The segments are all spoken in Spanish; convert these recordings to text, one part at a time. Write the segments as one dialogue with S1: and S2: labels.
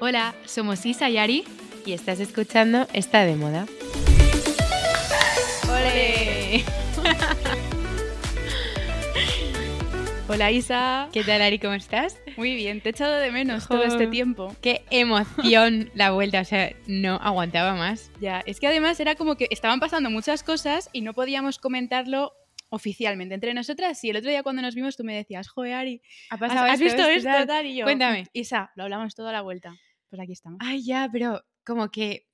S1: Hola, somos Isa y Ari y estás escuchando Está de Moda.
S2: ¡Ole!
S1: Hola Isa.
S2: ¿Qué tal Ari? ¿Cómo estás?
S1: Muy bien, te he echado de menos todo
S2: Jo.
S1: este tiempo.
S2: Qué emoción la vuelta, o sea, no aguantaba más.
S1: Ya, es que además era como que estaban pasando muchas cosas y no podíamos comentarlo oficialmente entre nosotras. Y el otro día cuando nos vimos tú me decías, joder Ari,
S2: ¿Ha
S1: ¿has,
S2: pasado
S1: has
S2: esto,
S1: visto
S2: esto,
S1: esto?
S2: tal?
S1: tal?". Y yo,
S2: Cuéntame.
S1: Isa, lo hablamos todo a la vuelta. Pues aquí estamos.
S2: Ay, ya, pero como que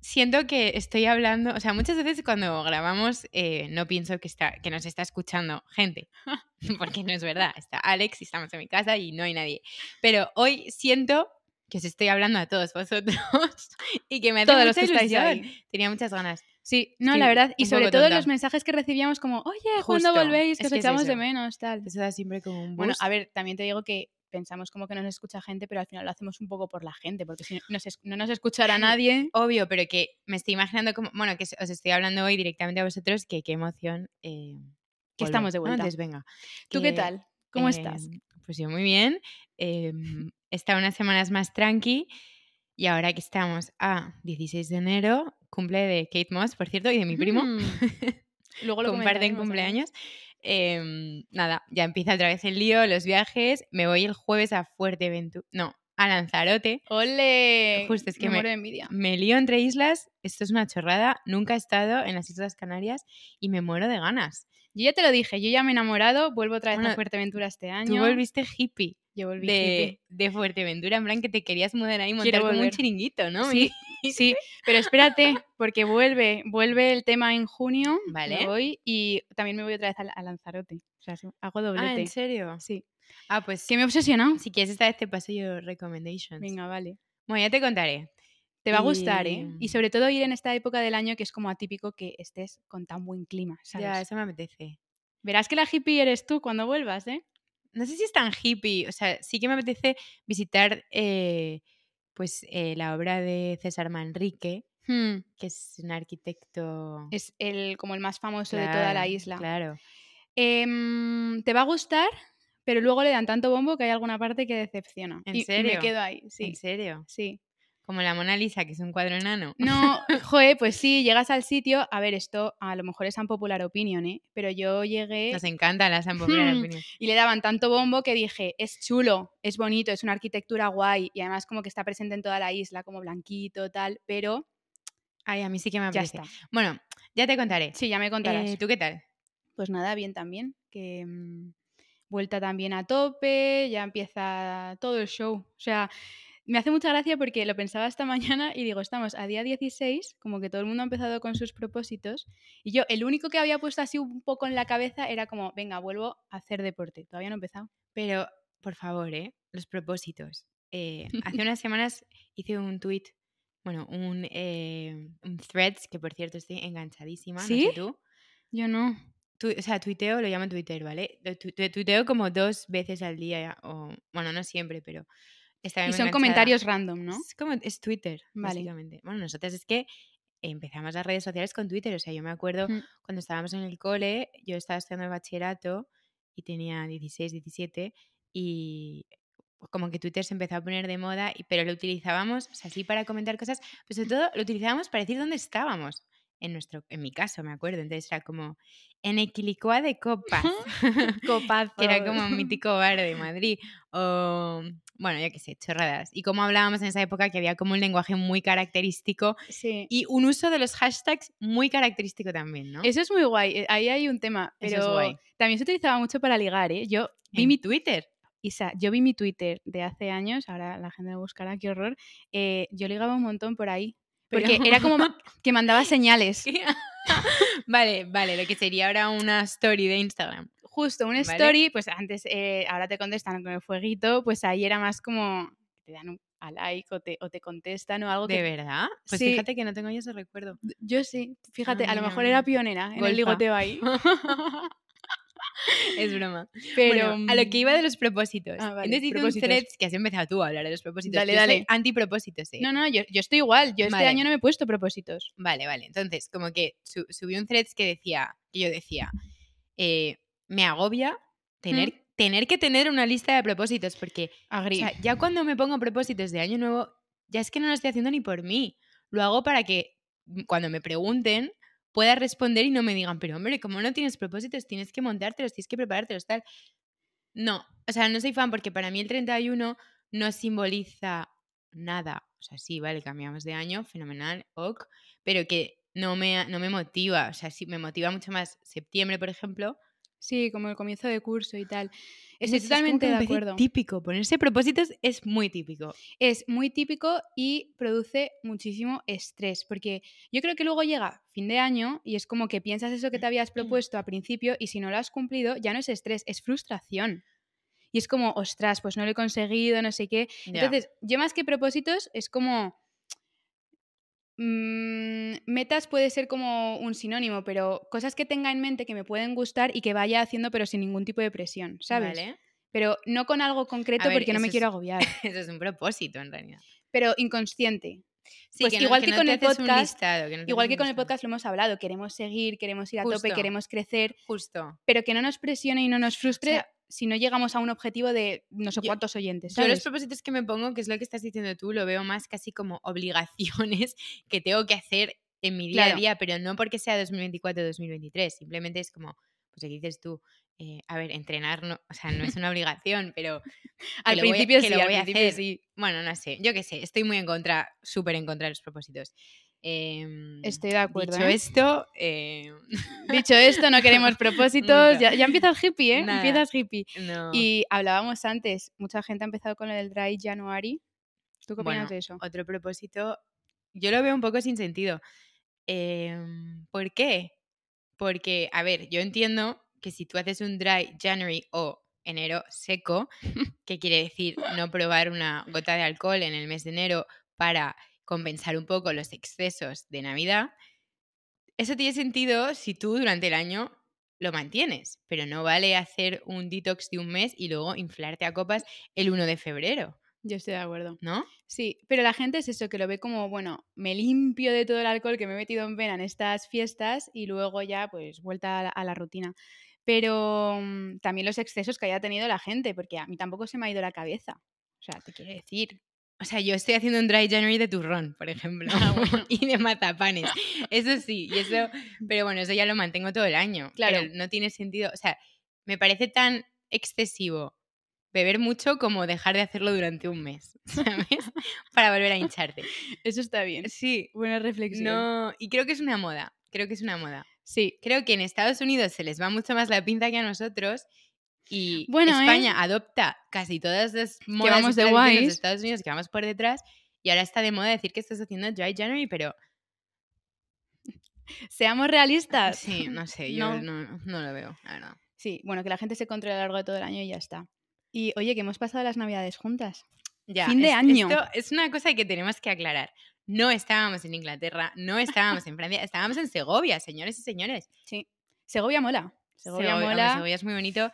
S2: siento que estoy hablando, o sea, muchas veces cuando grabamos eh, no pienso que, está, que nos está escuchando gente, porque no es verdad, está Alex y estamos en mi casa y no hay nadie. Pero hoy siento que os estoy hablando a todos vosotros y que me hace
S1: Todos los
S2: mucha
S1: que estáis
S2: ilusión.
S1: ahí.
S2: Tenía muchas ganas.
S1: Sí, no,
S2: Sí,
S1: la verdad. Y
S2: un
S1: sobre
S2: poco
S1: todo
S2: tonta.
S1: los mensajes que recibíamos como, oye,
S2: Justo,
S1: ¿cuándo volvéis? Que
S2: es
S1: os
S2: que es
S1: echamos de
S2: eso.
S1: menos, tal.
S2: Eso da siempre como un
S1: Bueno,
S2: boost.
S1: a ver, también te digo que pensamos como que no nos escucha gente, pero al final lo hacemos un poco por la gente, porque si nos es- no nos escuchara nadie...
S2: obvio, pero que me estoy imaginando como, bueno, que os estoy hablando hoy directamente a vosotros, que qué emoción. eh,
S1: Que
S2: volver.
S1: estamos de
S2: No,
S1: vuelta.
S2: Entonces, venga.
S1: ¿Tú qué
S2: que,
S1: tal? ¿Cómo
S2: eh,
S1: estás?
S2: Pues yo muy bien. eh, he estado unas semanas más tranqui y ahora que estamos a 16 de enero, cumple de Kate Moss, por cierto, y de mi primo,
S1: Mm. Luego lo
S2: comparten
S1: comentaremos,
S2: cumpleaños. em, nada, ya empieza otra vez el lío, los viajes. Me voy el jueves a Fuerteventura, no, a Lanzarote.
S1: además. ¡Ole!
S2: Justo, es que me-
S1: muero de envidia.
S2: Me lío entre islas, esto es una chorrada, nunca he estado en las Islas Canarias y me muero de ganas.
S1: Yo ya te lo dije, yo ya me he enamorado, vuelvo otra vez a
S2: Bueno,
S1: Fuerteventura este año.
S2: Tú volviste hippie
S1: Yo volví hippie.
S2: de, de Fuerteventura, en plan que te querías mudar ahí, montar
S1: Quiero
S2: como un
S1: volver.
S2: chiringuito, ¿no?
S1: Sí, sí, pero espérate, porque vuelve, vuelve el tema en junio. me
S2: Vale. Ah,
S1: voy y también me voy otra vez a, a Lanzarote. O sea, so- hago
S2: Ah,
S1: doblete.
S2: ¿en serio?
S1: sí.
S2: Ah, pues
S1: Que me he obsesionado.
S2: si quieres esta vez te paso yo recommendations.
S1: Venga, vale.
S2: Bueno, ya te contaré.
S1: Te va a gustar, ¿eh?
S2: Y-
S1: Y sobre todo ir en esta época del año que es como atípico que estés con tan buen clima, ¿sabes?
S2: Ya, eso me apetece.
S1: Verás que la hippie eres tú cuando vuelvas, ¿eh?
S2: No sé si es tan hippie, o sea, sí que me apetece visitar eh, pues eh, la obra de César Manrique, que es un arquitecto...
S1: Es el, como el más famoso de toda la
S2: Claro,
S1: isla.
S2: Claro.
S1: Em, te va a gustar, pero luego le dan tanto bombo que hay alguna parte que decepciona.
S2: ¿En
S1: Y- y
S2: serio?
S1: me quedo ahí, sí.
S2: ¿En serio?
S1: Sí.
S2: Como la Mona Lisa, que es un cuadro enano.
S1: No, joe, pues sí, llegas al sitio. A ver, esto a lo mejor es un popular opinion, ¿eh? Pero yo llegué
S2: Nos encanta la San Popular
S1: Hmm.
S2: Opinion.
S1: y le daban tanto bombo que dije, es chulo, es bonito, es una arquitectura guay y además como que está presente en toda la isla, como blanquito, tal, pero
S2: Ay, a mí sí que me
S1: ya
S2: apetece.
S1: Ah, está.
S2: Bueno, ya te contaré.
S1: Sí, ya me contarás.
S2: Eh, ¿Tú qué tal?
S1: Pues nada, bien también, que mm, vuelta también a tope, ya empieza todo el show. O sea, me hace mucha gracia porque lo pensaba esta mañana y digo, estamos a día 16, como que todo el mundo ha empezado con sus propósitos, y yo el único que había puesto así un poco en la cabeza era como, venga, vuelvo a hacer deporte, todavía no he empezado.
S2: Pero, por favor, ¿eh? Los propósitos. Eh, hace unas semanas hice un tweet, bueno, un, eh, un threads, que por cierto estoy enganchadísima, no
S1: ¿Sí?
S2: sé tú.
S1: Yo no.
S2: Tu- o sea, tuiteo, lo llaman Twitter, ¿vale? Lo tu- tu- tuiteo como dos veces al día, o bueno, no siempre, pero... esta
S1: Y
S2: vez me he
S1: son
S2: enganchada.
S1: comentarios random, ¿no?
S2: Es como es Twitter,
S1: Vale.
S2: básicamente. Bueno, nosotras es que empezamos las redes sociales con Twitter. O sea, yo me acuerdo
S1: Mm.
S2: cuando estábamos en el cole, yo estaba estudiando el bachillerato y tenía 16, 17 y pues, como que Twitter se empezó a poner de moda, y, pero lo utilizábamos, o sea, sí para comentar cosas, pero sobre todo lo utilizábamos para decir dónde estábamos. En, nuestro, en mi caso, me acuerdo. Entonces era como en Equilicua de Copas.
S1: Copazo.
S2: que era como un mítico bar de Madrid. O, bueno, ya que sé, chorradas. Y como hablábamos en esa época que había como un lenguaje muy característico
S1: Sí.
S2: y un uso de los hashtags muy característico también, ¿no?
S1: Eso es muy guay, eh, ahí hay un tema,
S2: Eso
S1: pero
S2: es guay.
S1: también se utilizaba mucho para ligar, ¿eh? Yo vi
S2: En
S1: mi
S2: Twitter.
S1: Isa, yo vi mi Twitter de hace años, ahora la gente me buscará, qué horror. eh, yo ligaba un montón por ahí. Porque
S2: Pero-
S1: era como ma- que mandaba señales.
S2: ¿Qué? vale, vale, lo que sería ahora una story de Instagram.
S1: Justo, un
S2: Vale.
S1: story, pues antes, eh, ahora te contestan con el fueguito, pues ahí era más como te dan un a like o te, o te contestan o algo
S2: ¿De
S1: que.
S2: verdad? Pues
S1: Sí.
S2: fíjate que no tengo yo ese recuerdo.
S1: Yo sí, fíjate,
S2: Ah,
S1: a lo
S2: mira,
S1: mejor
S2: mira.
S1: era pionera en
S2: Golfa.
S1: el ligoteo ahí.
S2: Es broma.
S1: Pero.
S2: Bueno, mm, a lo que iba de los propósitos.
S1: Ah, vale,
S2: Entonces hice un
S1: propósitos.
S2: threads que has empezado tú a hablar de los propósitos.
S1: Dale,
S2: Yo soy
S1: dale.
S2: Antipropósitos, ¿eh?
S1: No, no, yo, yo estoy igual. Yo
S2: Vale.
S1: este año no me he puesto propósitos.
S2: Vale, vale. Entonces, como que su- subí un thread que decía, que yo decía, eh, me agobia tener tener que tener una lista de propósitos, porque o
S1: Agri.
S2: sea, ya cuando me pongo propósitos de año nuevo, ya es que no lo estoy haciendo ni por mí. Lo hago para que mm, cuando me pregunten pueda responder y no me digan, pero hombre, como no tienes propósitos, tienes que montártelos, tienes que preparártelos, tal. No, o sea, no soy fan porque para mí el 31 no simboliza nada. O sea, sí, vale, cambiamos de año, fenomenal, ok, pero que no me, no me motiva. O sea, sí, me motiva mucho más septiembre, por ejemplo.
S1: Sí, como el comienzo de curso y tal.
S2: No sé,
S1: Estoy
S2: es como
S1: totalmente
S2: que me
S1: de
S2: parece
S1: acuerdo.
S2: Típico, ponerse propósitos es muy típico.
S1: es muy típico y produce muchísimo estrés, porque yo creo que luego llega fin de año y es como que piensas eso que te habías propuesto a principio y si no lo has cumplido ya no es estrés, es frustración. Y es como, ostras, pues no lo he conseguido, no sé qué.
S2: Ya.
S1: Entonces, yo más que propósitos es como... mm, metas puede ser como un sinónimo, pero cosas que tenga en mente que me pueden gustar y que vaya haciendo pero sin ningún tipo de presión, ¿sabes?
S2: Vale.
S1: Pero no con algo concreto
S2: ver,
S1: porque no me
S2: eso
S1: quiero
S2: es-
S1: agobiar,
S2: Eso es un propósito en realidad.
S1: pero inconsciente.
S2: Sí,
S1: Pues
S2: no-
S1: igual que
S2: no
S1: con
S2: te
S1: el
S2: haces un
S1: podcast,
S2: listado, que no te
S1: Igual
S2: haces
S1: que
S2: un
S1: con el
S2: listado.
S1: podcast lo hemos hablado, queremos seguir, queremos ir a tope,
S2: Justo.
S1: queremos crecer,
S2: Justo.
S1: pero que no nos presione y no nos frustre
S2: O sea,
S1: si no llegamos a un objetivo de no sé
S2: yo-
S1: cuántos oyentes.
S2: Yo los
S1: ¿sabes?
S2: propósitos que me pongo, que es lo que estás diciendo tú, lo veo más casi como obligaciones que tengo que hacer en mi día a
S1: Claro.
S2: día, pero no porque sea 2024 o 2023, simplemente es como, pues aquí dices tú, eh, a ver, entrenar, no, o sea, no es una obligación, pero
S1: al
S2: lo voy a-
S1: principio
S2: que
S1: sí,
S2: lo
S1: al
S2: voy a
S1: principio
S2: hacer.
S1: sí.
S2: bueno, no sé, yo qué sé, estoy muy en contra, súper en contra de los propósitos. Em,
S1: Estoy de acuerdo,
S2: Dicho
S1: ¿eh?
S2: esto, em,
S1: Dicho esto, no queremos propósitos.
S2: Nunca.
S1: Ya, ya empiezas hippie, ¿eh?
S2: Nada.
S1: Empiezas hippie.
S2: no.
S1: Y hablábamos antes, mucha gente ha empezado con lo del Dry January. ¿Tú qué opinas
S2: Bueno,
S1: de eso?
S2: Otro propósito, yo lo veo un poco sin sentido. Em, ¿Por qué? Porque, a ver, yo entiendo que si tú haces un dry January o enero seco, que quiere decir no probar una gota de alcohol en el mes de enero para compensar un poco los excesos de Navidad, eso tiene sentido si tú durante el año lo mantienes, pero no vale hacer un detox de un mes y luego inflarte a copas el 1 de febrero,
S1: Yo estoy de acuerdo.
S2: ¿no?
S1: Sí, pero la gente es eso, que lo ve como, bueno, me limpio de todo el alcohol que me he metido en vena en estas fiestas y luego ya, pues, vuelta a la, a la rutina. Pero mm, también los excesos que haya tenido la gente, porque a mí tampoco se me ha ido la cabeza. O sea, te quiero decir.
S2: O sea, yo estoy haciendo un dry January de turrón, por ejemplo,
S1: Ah, bueno.
S2: y de mazapanes. Eso sí, y eso, pero bueno, eso ya lo mantengo todo el año.
S1: Claro.
S2: Pero no tiene sentido, o sea, me parece tan excesivo beber mucho como dejar de hacerlo durante un mes, ¿sabes? Para volver a hincharte.
S1: Eso está bien.
S2: Sí,
S1: Buena reflexión.
S2: no, y creo que es una moda, creo que es una moda.
S1: Sí,
S2: Creo que en Estados Unidos se les va mucho más la pinta que a nosotros y
S1: Bueno, ¿eh?
S2: España adopta casi todas las modas y
S1: vamos de
S2: tradiciones
S1: guays.
S2: Estados Unidos que vamos por detrás y ahora está de moda decir que estás haciendo Dry January, pero
S1: seamos realistas.
S2: sí, no sé, yo
S1: No.
S2: no, no lo veo, la verdad.
S1: Sí, bueno, que la gente se controle a lo largo de todo el año y ya está. Y oye, que hemos pasado las navidades juntas.
S2: Ya,
S1: Fin de
S2: es-
S1: año.
S2: esto es una cosa que tenemos que aclarar. No estábamos en Inglaterra, no estábamos en Francia, estábamos en Segovia, señores y señores.
S1: Segovia mola. Segovia
S2: Sego- hombre,
S1: mola.
S2: Segovia es muy bonito.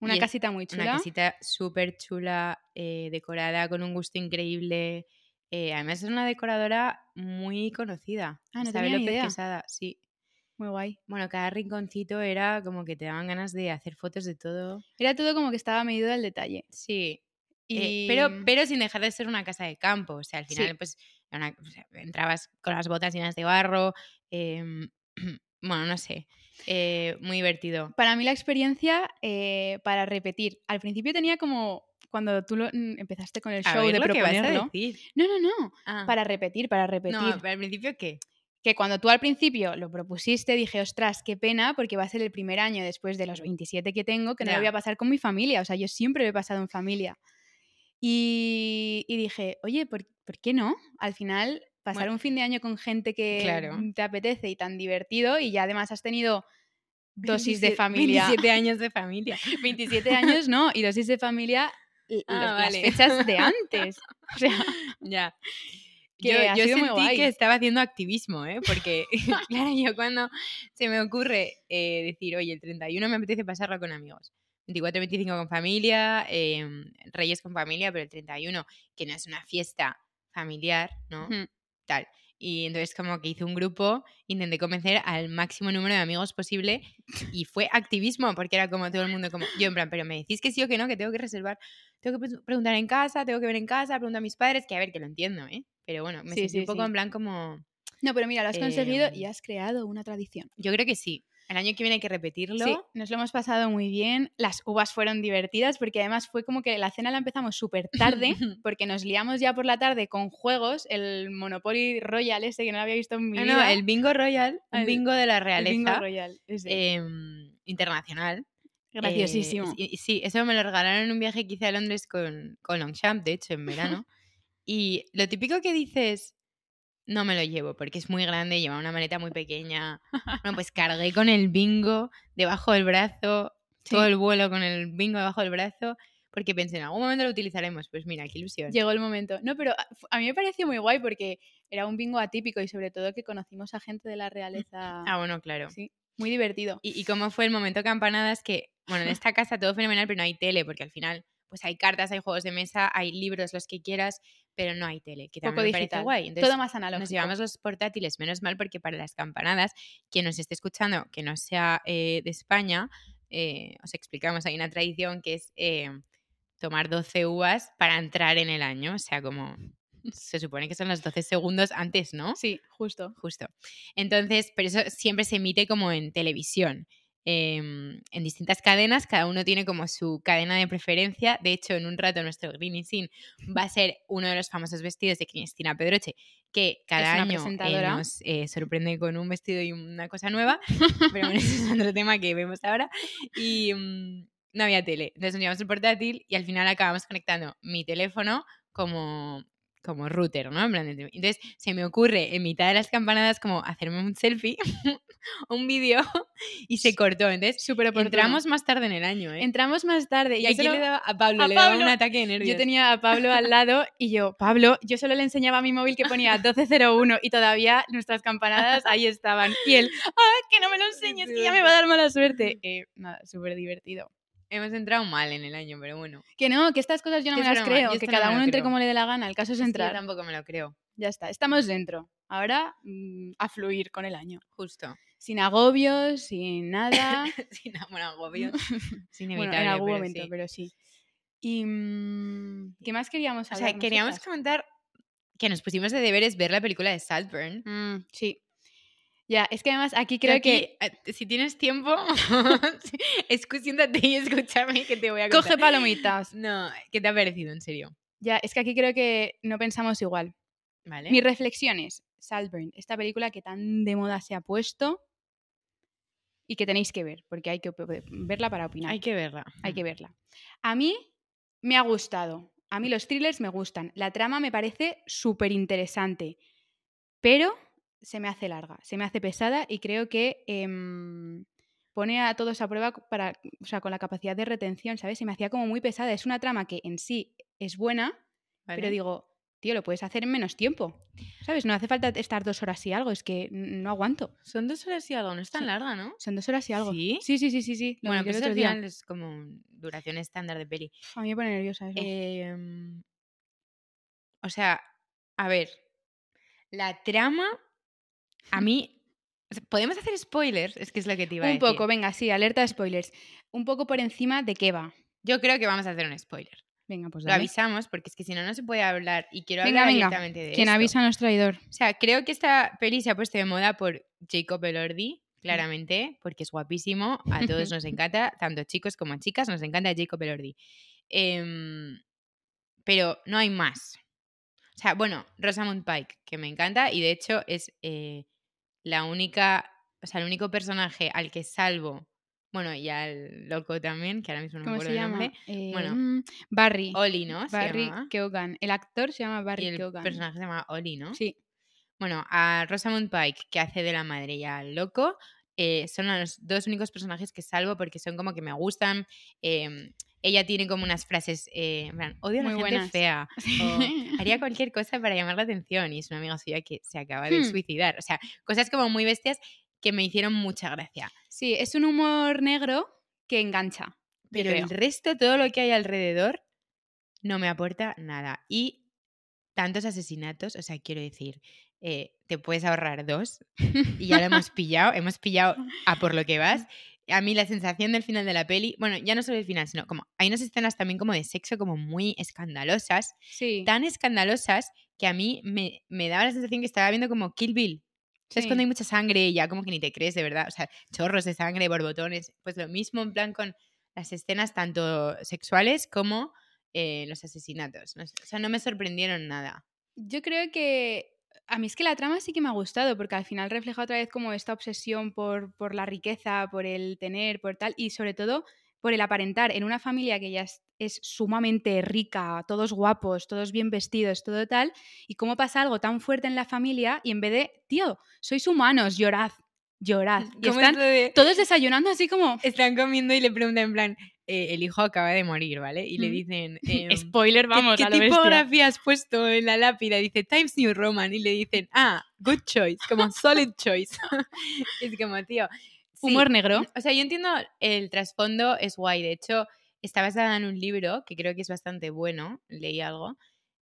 S1: Una
S2: y es
S1: casita muy chula.
S2: Una casita súper chula, eh, decorada con un gusto increíble. Eh, además es una decoradora muy conocida.
S1: Ah, no
S2: Isabel
S1: tenía ni
S2: López
S1: idea.
S2: Quesada, sí.
S1: Muy guay.
S2: Bueno, cada rinconcito era como que te daban ganas de hacer fotos de todo.
S1: Era todo como que estaba medido al detalle.
S2: Sí.
S1: Y... mm,
S2: eh, pero, pero sin dejar de ser una casa de campo. O sea, al
S1: Sí.
S2: final, pues, era una- o sea, entrabas con las botas llenas de barro. em, bueno, no sé. eh, muy divertido.
S1: Para mí la experiencia, eh, para repetir, al principio tenía como cuando tú lo- mm, empezaste con el
S2: A
S1: show
S2: ver
S1: de
S2: lo que vas a
S1: proponerlo.
S2: decir.
S1: No, no, no.
S2: Ah,
S1: Para repetir, para repetir.
S2: no, pero al principio, ¿qué?
S1: Que cuando tú al principio lo propusiste, dije, ostras, qué pena, porque va a ser el primer año después de los 27 que tengo que no
S2: Ya.
S1: lo voy a pasar con mi familia. O sea, yo siempre lo he pasado en familia. Y, y dije, oye, ¿por, por qué no? Al final, pasar
S2: Bueno.
S1: un fin de año con gente que
S2: Claro.
S1: te apetece y tan divertido, y ya además has tenido dosis de
S2: 27
S1: familia.
S2: 27 años de familia.
S1: 27 años no, y dosis de familia l-
S2: Ah,
S1: las-
S2: vale.
S1: las fechas de antes. O sea,
S2: Ya.
S1: Que
S2: Yo,
S1: ha
S2: yo
S1: sido muy
S2: sentí
S1: guay.
S2: que estaba haciendo activismo, ¿eh? Porque, claro, yo cuando se me ocurre eh, decir, oye, el 31 me apetece pasarlo con amigos. 24, 25 con familia, eh, Reyes con familia, pero el 31, que no es una fiesta familiar, ¿no?
S1: Ujú.
S2: Tal. Y entonces como que hice un grupo, intenté convencer al máximo número de amigos posible y fue activismo, porque era como todo el mundo como, yo en plan, pero me decís que sí o que no, que tengo que reservar, tengo que pre- preguntar en casa, tengo que ver en casa, pregunto a mis padres, que a ver, que lo entiendo, ¿eh? Pero bueno, me
S1: Sí,
S2: sentí
S1: sí,
S2: un poco
S1: sí.
S2: en plan como,
S1: No, pero mira, lo has conseguido y
S2: Em,
S1: has creado una tradición.
S2: yo creo que sí, el año que viene hay que repetirlo.
S1: Sí, nos lo hemos pasado muy bien. Las uvas fueron divertidas porque además fue como que la cena la empezamos súper tarde porque nos liamos ya por la tarde con juegos, el Monopoly Royal este que no lo había visto en mi
S2: Ah,
S1: vida.
S2: no, el bingo royal, un
S1: El-
S2: bingo de la
S1: el
S2: realeza
S1: Bingo Royal. ese.
S2: em, internacional. Eh,
S1: Graciosísimo.
S2: y- y sí, eso me lo regalaron en un viaje que hice a Londres con, con Longchamp, de hecho, en verano. y lo típico que dices, no me lo llevo, porque es muy grande, lleva una maleta muy pequeña. Bueno, pues cargué con el bingo debajo del brazo,
S1: Sí.
S2: todo el vuelo con el bingo debajo del brazo, porque pensé, en algún momento lo utilizaremos. Pues mira, qué ilusión.
S1: Llegó el momento. No, pero a- fu- a mí me pareció muy guay porque era un bingo atípico y sobre todo que conocimos a gente de la realeza.
S2: Ah, bueno, claro.
S1: Sí, muy divertido.
S2: ¿Y, y cómo fue el momento campanadas? Que, bueno, en esta casa todo fenomenal, pero no hay tele, porque al final, pues hay cartas, hay juegos de mesa, hay libros, los que quieras, pero no hay tele, que también
S1: Poco
S2: me parece
S1: digital.
S2: guay. Entonces,
S1: todo más analógico.
S2: nos llevamos los portátiles, menos mal, porque para las campanadas, quien nos esté escuchando, que no sea eh, de España, eh, os explicamos, hay una tradición que es eh, tomar 12 uvas para entrar en el año, o sea, como... Se supone que son los 12 segundos antes, ¿no?
S1: Sí, justo.
S2: justo. Entonces, pero eso siempre se emite como en televisión. em, en distintas cadenas, cada uno tiene como su cadena de preferencia. De hecho, en un rato nuestro Green Sin va a ser uno de los famosos vestidos de Cristina Pedroche, que cada
S1: una
S2: año eh,
S1: presentadora.
S2: nos eh, sorprende con un vestido y una cosa nueva. Pero bueno, ese es otro tema que vemos ahora. Y mm, no había tele. Entonces nos llevamos el portátil y al final acabamos conectando mi teléfono como como router, ¿no? En plan de- Entonces se me ocurre en mitad de las campanadas como hacerme un selfie, un vídeo y se cortó. Entonces
S1: Súper oportuno.
S2: entramos más tarde en el año, ¿eh?
S1: Entramos más tarde. Y,
S2: y
S1: yo
S2: aquí
S1: solo-
S2: le daba a Pablo,
S1: a
S2: le daba un
S1: Pablo,
S2: ataque de nervios.
S1: Yo tenía a Pablo al lado y yo, Pablo, yo solo le enseñaba mi móvil que ponía 1201 y todavía nuestras campanadas ahí estaban. Y él, ¡ah, que no me lo enseñes, que ya me va a dar mala suerte! Eh, nada, súper divertido.
S2: Hemos entrado mal en el año, pero bueno.
S1: Que no, que estas cosas yo no
S2: Que
S1: me
S2: es
S1: las
S2: broma,
S1: creo,
S2: yo
S1: que
S2: esto no
S1: cada
S2: me lo
S1: uno entre
S2: creo.
S1: como le dé la gana, el caso
S2: Es
S1: es
S2: que yo
S1: entrar.
S2: tampoco me lo creo,
S1: Ya está, estamos dentro. Ahora mm, a fluir con el año.
S2: justo.
S1: Sin agobios, sin nada.
S2: sin amor agobio. Es
S1: bueno,
S2: inevitable,
S1: en algún
S2: pero
S1: momento,
S2: sí.
S1: pero sí. ¿Y mm, qué más queríamos
S2: O
S1: hablar?
S2: sea, queríamos
S1: nosotras?
S2: comentar que nos pusimos de deberes ver la película de Saltburn.
S1: Mm, sí. Ya, es que además aquí eh, creo que
S2: que si tienes tiempo, sí, escu- siéntate y escúchame que te voy a
S1: Coge
S2: contar.
S1: palomitas.
S2: No, ¿qué te ha parecido, en serio?
S1: Ya, es que aquí creo que no pensamos igual.
S2: ¿Vale?
S1: Mis reflexiones. Saltburn, esta película que tan de moda se ha puesto y que tenéis que ver, porque hay que op- verla para opinar.
S2: Hay que verla.
S1: Hay que verla. A mí me ha gustado. A mí los thrillers me gustan. La trama me parece súper interesante. Pero se me hace larga, se me hace pesada y creo que em, pone a todos a prueba para, o sea, con la capacidad de retención, ¿sabes? Se me hacía como muy pesada. Es una trama que en sí es buena,
S2: ¿Vale?
S1: pero digo, tío, lo puedes hacer en menos tiempo. ¿Sabes? No hace falta estar dos horas y algo, es que n- no aguanto.
S2: Son dos horas y algo, no es tan
S1: Sí. larga,
S2: larga, ¿no?
S1: Son dos horas y algo.
S2: ¿Sí?
S1: sí, sí, sí, sí. sí, Lo
S2: bueno,
S1: miré
S2: pues
S1: el
S2: al
S1: otro día.
S2: final es como un- duración estándar de peli.
S1: Uf, a mí me pone nerviosa eso.
S2: Em, o sea, a ver, la trama, a mí... o sea, ¿Podemos hacer spoilers? Es que es lo que te iba a
S1: Un
S2: decir.
S1: poco, venga, sí, alerta de spoilers. Un poco por encima de qué va.
S2: Yo creo que vamos a hacer un spoiler.
S1: Venga, pues
S2: Lo
S1: dale.
S2: avisamos porque es que si no, no se puede hablar y quiero
S1: Venga,
S2: hablar
S1: venga,
S2: directamente de
S1: Quien
S2: ¿eh? esto.
S1: avisa no es traidor.
S2: O sea, creo que esta peli se ha puesto de moda por Jacob Elordi, claramente, porque es guapísimo, a todos nos encanta, tanto chicos como chicas, nos encanta Jacob Elordi. Em, pero no hay más. O sea, bueno, Rosamund Pike, que me encanta, y de hecho es eh, la única, o sea, el único personaje al que salvo, bueno, y al loco también, que ahora mismo no me
S1: ¿Cómo
S2: acuerdo
S1: se
S2: el
S1: llama?
S2: nombre.
S1: Eh,
S2: Bueno.
S1: mm, Barry.
S2: Oli, ¿no? Se
S1: Barry
S2: llamaba.
S1: Keoghan. El actor se llama
S2: y
S1: Barry
S2: el
S1: Keoghan.
S2: personaje se llama Oli, ¿no?
S1: Sí.
S2: Bueno, a Rosamund Pike, que hace de la madre y al loco, eh, son a los dos únicos personajes que salvo porque son como que me gustan. em, ella tiene como unas frases, eh, en plan, odio a la
S1: Muy
S2: gente
S1: buenas.
S2: fea, o haría cualquier cosa para llamar la atención, y es una amiga suya que se acaba de
S1: Hmm.
S2: suicidar. O sea, cosas como muy bestias que me hicieron mucha gracia.
S1: Sí, es un humor negro que engancha. yo
S2: Pero
S1: creo.
S2: el resto, todo lo que hay alrededor, no me aporta nada. Y tantos asesinatos, o sea, quiero decir, eh, te puedes ahorrar dos y ya lo hemos pillado, hemos pillado a por lo que vas. A mí la sensación del final de la peli, bueno, ya no solo el final, sino como hay unas escenas también como de sexo como muy escandalosas,
S1: Sí.
S2: tan escandalosas que a mí me, me daba la sensación que estaba viendo como Kill Bill. ¿Sabes
S1: Sí.
S2: cuando hay mucha sangre y ya como que ni te crees, de verdad? O sea, chorros de sangre, borbotones. Pues lo mismo en plan con las escenas tanto sexuales como eh, los asesinatos. No sé, o sea, no me sorprendieron nada.
S1: Yo creo que a mí es que la trama sí que me ha gustado, porque al final refleja otra vez como esta obsesión por, por la riqueza, por el tener, por tal, y sobre todo por el aparentar en una familia que ya es, es sumamente rica, todos guapos, todos bien vestidos, todo tal, y cómo pasa algo tan fuerte en la familia y en vez de, tío, sois humanos, llorad, llorad. Y
S2: ¿Cómo
S1: están
S2: es lo de-
S1: todos desayunando así como...
S2: Están comiendo y le preguntan en plan, eh, el hijo acaba de morir, ¿vale? Y le
S1: Mm.
S2: dicen, em,
S1: Spoiler, vamos,
S2: ¿qué,
S1: a
S2: qué
S1: lo bestia.
S2: tipografía has puesto en la lápida? Dice Times New Roman y le dicen, ah, good choice, como solid choice. es como, tío. sí,
S1: Humor negro.
S2: O sea, yo entiendo el trasfondo es guay. De hecho, está basada en un libro que creo que es bastante bueno. Leí algo.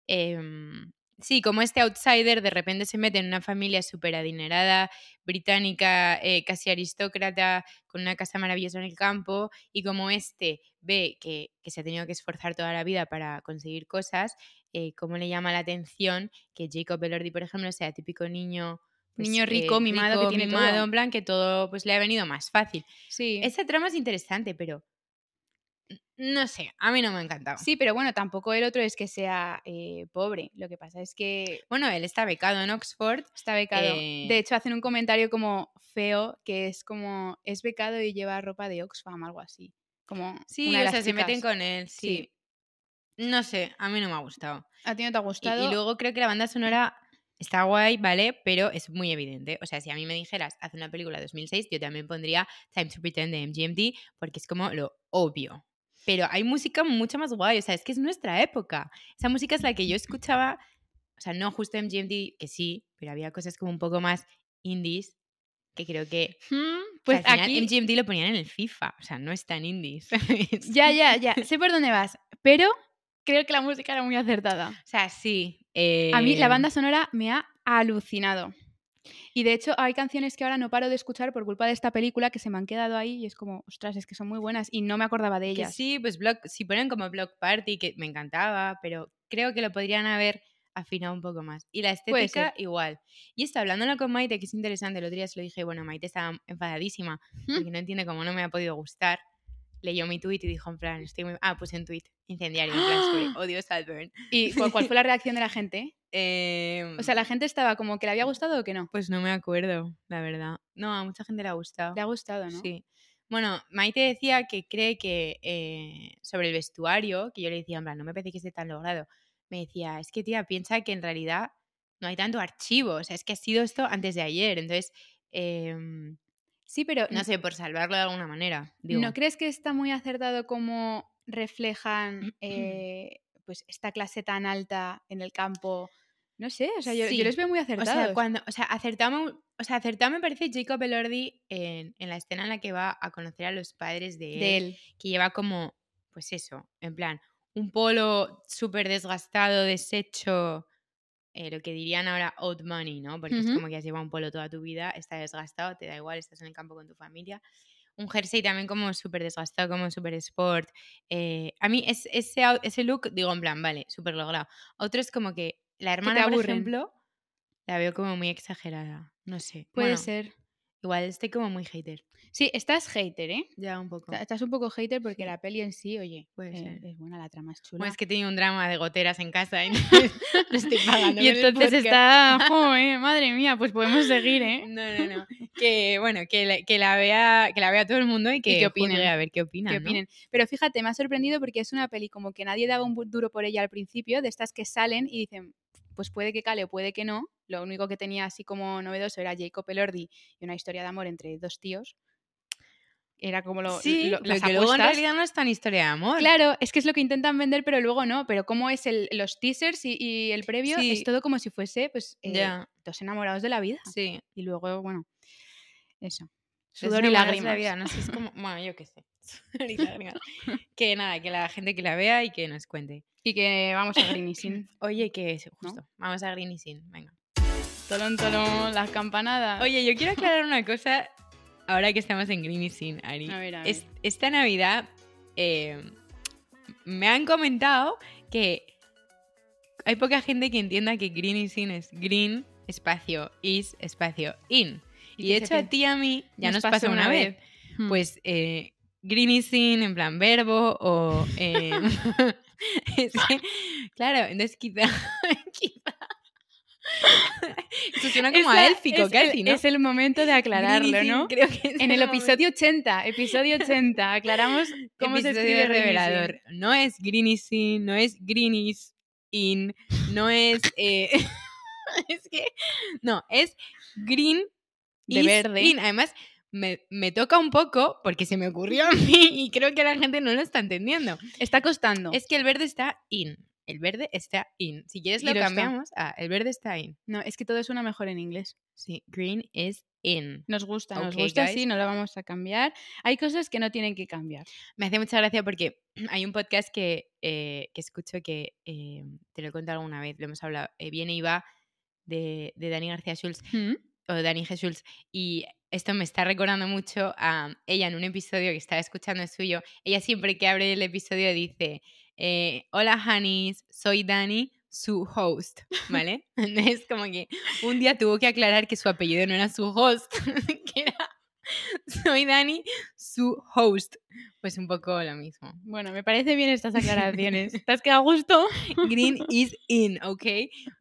S2: Em, sí, como este outsider de repente se mete en una familia súper adinerada, británica, eh, casi aristócrata, con una casa maravillosa en el campo. Y como este ve que, que se ha tenido que esforzar toda la vida para conseguir cosas, eh, cómo le llama la atención que Jacob Elordi, por ejemplo, sea típico niño. pues, eh,
S1: Niño rico, mimado, que tiene todo.
S2: mimado, en plan que todo pues le ha venido más fácil.
S1: Sí.
S2: Esta trama es interesante, pero. n- No sé, a mí no me ha encantado.
S1: Sí, pero bueno, tampoco el otro es que sea eh, pobre. Lo que pasa es que
S2: Bueno, él está becado en Oxford.
S1: está becado.
S2: Eh,
S1: De hecho, hacen un comentario como feo, que es como, es becado y lleva ropa de Oxfam, algo así. Como
S2: Sí,
S1: una
S2: o
S1: de
S2: sea,
S1: las
S2: se meten
S1: chicas.
S2: con él, sí.
S1: Sí.
S2: No sé, a mí no me ha gustado.
S1: ¿A ti no te ha
S2: Y, y
S1: gustado?
S2: luego creo que la banda sonora está guay, ¿vale? Pero es muy evidente. O sea, si a mí me dijeras, haz una película de 2006, yo también pondría Time to Pretend de MGMT, porque es como lo obvio. Pero hay música mucho más guay, o sea, es que es nuestra época. Esa música es la que yo escuchaba, o sea, no justo MGMT, que sí, pero había cosas como un poco más indies, que creo que...
S1: Hmm,
S2: Pues
S1: pues
S2: al final
S1: aquí...
S2: MGMT lo ponían en el FIFA, o sea, no es tan indies.
S1: Ya, ya, ya. Sé por dónde vas. Pero creo que la música era muy acertada.
S2: O sea, sí.
S1: A mí la
S2: eh,
S1: banda sonora me ha alucinado. Y de hecho hay canciones que ahora no paro de escuchar por culpa de esta película que se me han quedado ahí y es como, ostras, es que son muy buenas y no me acordaba de
S2: Que
S1: ellas.
S2: sí, pues Block, si ponen como Block Party, que me encantaba, pero creo que lo podrían haber afinado un poco más. Y la
S1: Puede
S2: estética igual. Y esto, hablándolo con Maite, que es interesante, el otro día se lo dije, bueno, Maite estaba enfadadísima,
S1: ¿Mm?
S2: porque no entiende cómo no me ha podido gustar. Leyó mi tweet y dijo, en plan, estoy muy... Ah, puse un tweet incendiario, en plan, sobre odio Salburn.
S1: ¿Y cuál, cuál fue la reacción de la gente?
S2: Em,
S1: O sea, la gente estaba como que le había gustado o que no.
S2: Pues no me acuerdo, la verdad. No, a mucha gente le ha gustado.
S1: Le ha gustado, ¿no?
S2: Sí. Bueno, Maite decía que cree que eh, sobre el vestuario, que yo le decía, en plan, no me parece que esté tan logrado. Me decía, es que tía, piensa que en realidad no hay tanto archivo, o sea, es que ha sido esto antes de ayer, entonces, em,
S1: Sí, pero
S2: no
S1: no,
S2: sé, por salvarlo de alguna manera. Digo,
S1: ¿no crees que está muy acertado cómo reflejan eh, pues esta clase tan alta en el campo? No sé, o sea, yo, yo
S2: Sí.
S1: les veo muy
S2: o
S1: acertados.
S2: sea, cuando, o sea, acertamos, o sea, acertado me parece Jacob Elordi en, en la escena en la que va a conocer a los padres de él,
S1: de él.
S2: que lleva como, pues eso, en plan, un polo súper desgastado, deshecho, eh, lo que dirían ahora old money, ¿no? Porque es
S1: Ujú.
S2: como que has llevado un polo toda tu vida, está desgastado, te da igual, estás en el campo con tu familia. Un jersey también como súper desgastado, como súper sport. eh, a mí es, ese, out- ese look, digo, en plan, vale, súper logrado. Otro es como que la hermana, por
S1: aburren.
S2: ejemplo, la veo como muy exagerada. No sé.
S1: Puede
S2: Bueno,
S1: ser.
S2: Igual estoy como muy hater.
S1: Sí, estás hater, ¿eh?
S2: Ya un poco.
S1: Ta- Estás un poco hater
S2: Sí.
S1: porque la peli en sí, oye,
S2: Puede
S1: eh,
S2: ser.
S1: es buena, la trama es chula.
S2: Bueno, es que tenía un drama de goteras en casa y lo estoy pagando.
S1: y
S2: con el
S1: entonces
S2: podcast.
S1: está, joder, madre mía, pues podemos seguir, ¿eh?
S2: No, no, no. Que bueno, que la, que la vea, que la vea todo el mundo y que,
S1: que opinen.
S2: juzgue, a ver qué opinan.
S1: que
S2: ¿no?
S1: opinen. Pero fíjate, me ha sorprendido porque es una peli como que nadie daba un bu- duro por ella al principio, de estas que salen y dicen, pues puede que cale o puede que no. Lo único que tenía así como novedoso era Jacob Elordi y una historia de amor entre dos tíos. Era como lo,
S2: sí,
S1: lo-
S2: lo
S1: las
S2: que luego en
S1: apuestas.
S2: realidad no es tan historia de amor.
S1: Claro, es que es lo que intentan vender, pero luego no. Pero como es el- los teasers y, y el previo,
S2: Sí.
S1: es todo como si fuese, pues, eh,
S2: Ya,
S1: dos enamorados de la vida.
S2: sí.
S1: Y luego, bueno, eso.
S2: Los
S1: Sudor y
S2: enamorados de
S1: lágrimas.
S2: La vida, no sé, es como, bueno, yo qué sé. Sudor y lágrimas. que nada, que la gente que la vea y que nos cuente.
S1: Y que vamos a Green y Sin.
S2: Oye, que es
S1: ¿No?
S2: justo. Vamos a Green y Sin, venga.
S1: tolón, tolón, las campanadas.
S2: Oye, yo quiero aclarar una cosa ahora que estamos en Green y Sin, Ari.
S1: A ver, a ver.
S2: Es- esta Navidad eh, me han comentado que hay poca gente que entienda que Green y Sin es Green, espacio, is, espacio, in. Y, de
S1: que
S2: hecho
S1: se
S2: a ti y a mí ya nos, pasó una vez.
S1: Hmm.
S2: Pues eh, Green y Sin en plan verbo o... eh, es que, claro, entonces quizá... quizá Esto suena como
S1: Es
S2: a
S1: la-
S2: élfico
S1: es
S2: casi,
S1: el,
S2: ¿no?
S1: es el momento de aclararlo,
S2: Green y
S1: ¿no?
S2: Sin, creo que es
S1: En el
S2: momento.
S1: episodio 80, episodio 80, aclaramos cómo se
S2: Episodio
S1: escribe
S2: revelador. No es Greenies in, no es Greenies in, no es. eh, es que. No, es Green
S1: De
S2: is
S1: verde.
S2: in. Además, me, me toca un poco porque se me ocurrió a mí y creo que la gente no lo está entendiendo.
S1: Está costando.
S2: Es que el verde está in. El verde está in. Si quieres
S1: Y
S2: lo,
S1: lo está.
S2: cambiamos a el verde está in.
S1: No, es que todo suena mejor en inglés.
S2: Sí, green is in.
S1: Nos gusta, nos
S2: Ok,
S1: gusta,
S2: guys.
S1: sí, no lo vamos a cambiar. Hay cosas que no tienen que cambiar.
S2: Me hace mucha gracia porque hay un podcast que, eh, que escucho que eh, te lo he contado alguna vez, lo hemos hablado, eh, viene y va de, de Dani García Schulz o Dani G. Schulz y esto me está recordando mucho a ella en un episodio que estaba escuchando el suyo. Ella siempre que abre el episodio dice, eh, hola Hanis, soy Dani, su host, ¿vale? es como que un día tuvo que aclarar que su apellido no era su host, que era... Soy Dani, su host. Pues un poco lo mismo.
S1: Bueno, me parece bien estas aclaraciones. ¿Estás que a gusto?
S2: Green is in, ¿ok?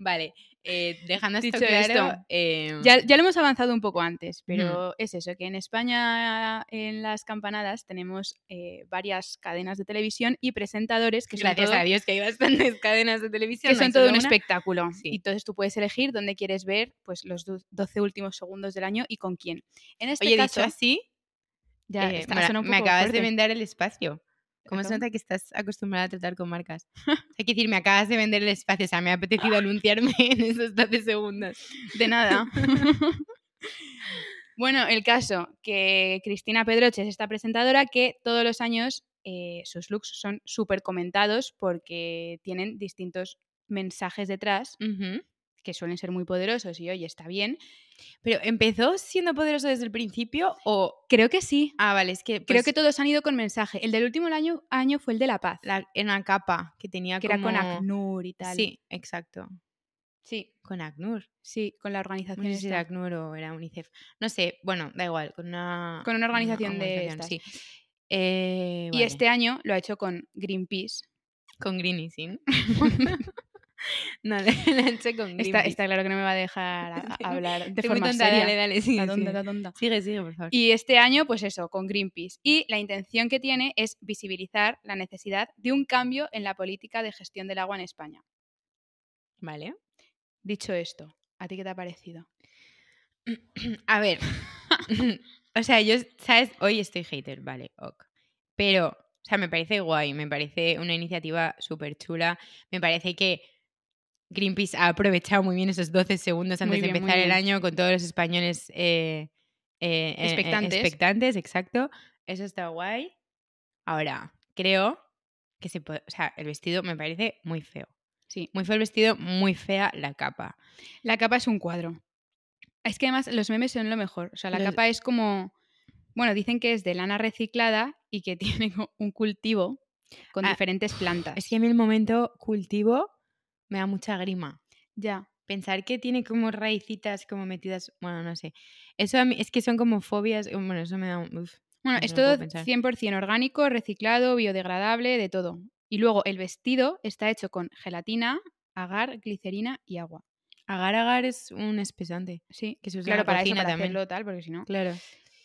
S2: Vale, eh, dejando esto
S1: Dicho esto,
S2: claro, eh,
S1: Ya, ya lo hemos avanzado un poco antes, pero
S2: Hmm.
S1: es eso, que en España en las campanadas tenemos eh, varias cadenas de televisión y presentadores que son
S2: gracias
S1: todo-
S2: a Dios que hay bastantes cadenas de televisión.
S1: que
S2: no
S1: son
S2: hay
S1: todo
S2: solo
S1: un
S2: una.
S1: espectáculo.
S2: Sí.
S1: Y entonces tú puedes elegir dónde quieres ver pues, los du- 12 últimos segundos del año y con quién. En este
S2: Oye,
S1: caso,
S2: dicho así,
S1: ya
S2: eh,
S1: está-
S2: Mara,
S1: suena un
S2: me
S1: poco
S2: acabas
S1: fuerte.
S2: de vender el espacio. ¿Cómo se
S1: Acabas-
S2: nota que estás acostumbrada a tratar con marcas? Hay que decir, me acabas de vender el espacio, o sea, me ha apetecido anunciarme en esos 12 segundos.
S1: De nada. bueno, el caso que Cristina Pedroche es esta presentadora que todos los años eh, sus looks son súper comentados porque tienen distintos mensajes detrás
S2: Ujú.
S1: que suelen ser muy poderosos y oye, está bien.
S2: Pero ¿empezó siendo poderoso desde el principio o...?
S1: Creo que sí.
S2: Ah, vale, es que...
S1: Creo
S2: pues,
S1: que todos han ido con mensaje. El del último año, año fue el de la paz,
S2: la- en la capa que tenía
S1: que era con
S2: como-
S1: ACNUR y tal.
S2: Sí, exacto.
S1: sí,
S2: Con ACNUR.
S1: sí, con la
S2: No
S1: organización.
S2: sé si era
S1: esta.
S2: ACNUR o era UNICEF. No sé, bueno, da igual, con una...
S1: Con una organización de estas.
S2: Sí. Eh,
S1: Y
S2: vale,
S1: este año lo ha hecho con Greenpeace.
S2: Con Greenisin. no, le la hecho con Greenpeace.
S1: Está, está claro que no me va a dejar a- a hablar de
S2: Estoy muy
S1: forma
S2: tonta,
S1: seria.
S2: dale, dale, sigue,
S1: La tonta,
S2: sigue.
S1: la tonta.
S2: Sigue, sigue, por favor.
S1: Y este año, pues eso, con Greenpeace. Y la intención que tiene es visibilizar la necesidad de un cambio en la política de gestión del agua en España.
S2: Vale.
S1: Dicho esto, ¿a ti qué te ha parecido?
S2: A ver. o sea, yo, ¿sabes? Hoy estoy hater, vale, ok. Pero, o sea, me parece guay, me parece una iniciativa súper chula. Me parece que Greenpeace ha aprovechado muy bien esos 12 segundos
S1: Muy
S2: antes
S1: bien,
S2: de
S1: muy
S2: empezar el
S1: bien.
S2: año con todos los españoles eh, eh, eh, eh,
S1: Expectantes.
S2: expectantes, exacto. Eso está guay. Ahora, creo que se puede. O sea, el vestido me parece muy feo.
S1: Sí.
S2: Muy feo el vestido, muy fea la capa.
S1: La capa es un cuadro. Es que además los memes son lo mejor. O sea, la
S2: Los-
S1: capa es como. Bueno, dicen que es de lana reciclada y que tiene como un cultivo con
S2: Ah,
S1: diferentes plantas.
S2: Es que a mí el momento cultivo me da mucha grima.
S1: Ya.
S2: Pensar que tiene como raicitas como metidas, bueno, no sé. Eso a mí, es que son como fobias, bueno, eso me da un... uf.
S1: Bueno,
S2: No
S1: es
S2: lo puedo
S1: todo
S2: pensar.
S1: 100% orgánico, reciclado, biodegradable, de todo. Y luego el vestido está hecho con gelatina, agar, glicerina y agua.
S2: Agar agar es un espesante
S1: Sí,
S2: que se usa en
S1: claro,
S2: la
S1: para eso,
S2: cocina
S1: para
S2: también.
S1: hacerlo tal, porque si no.
S2: Claro.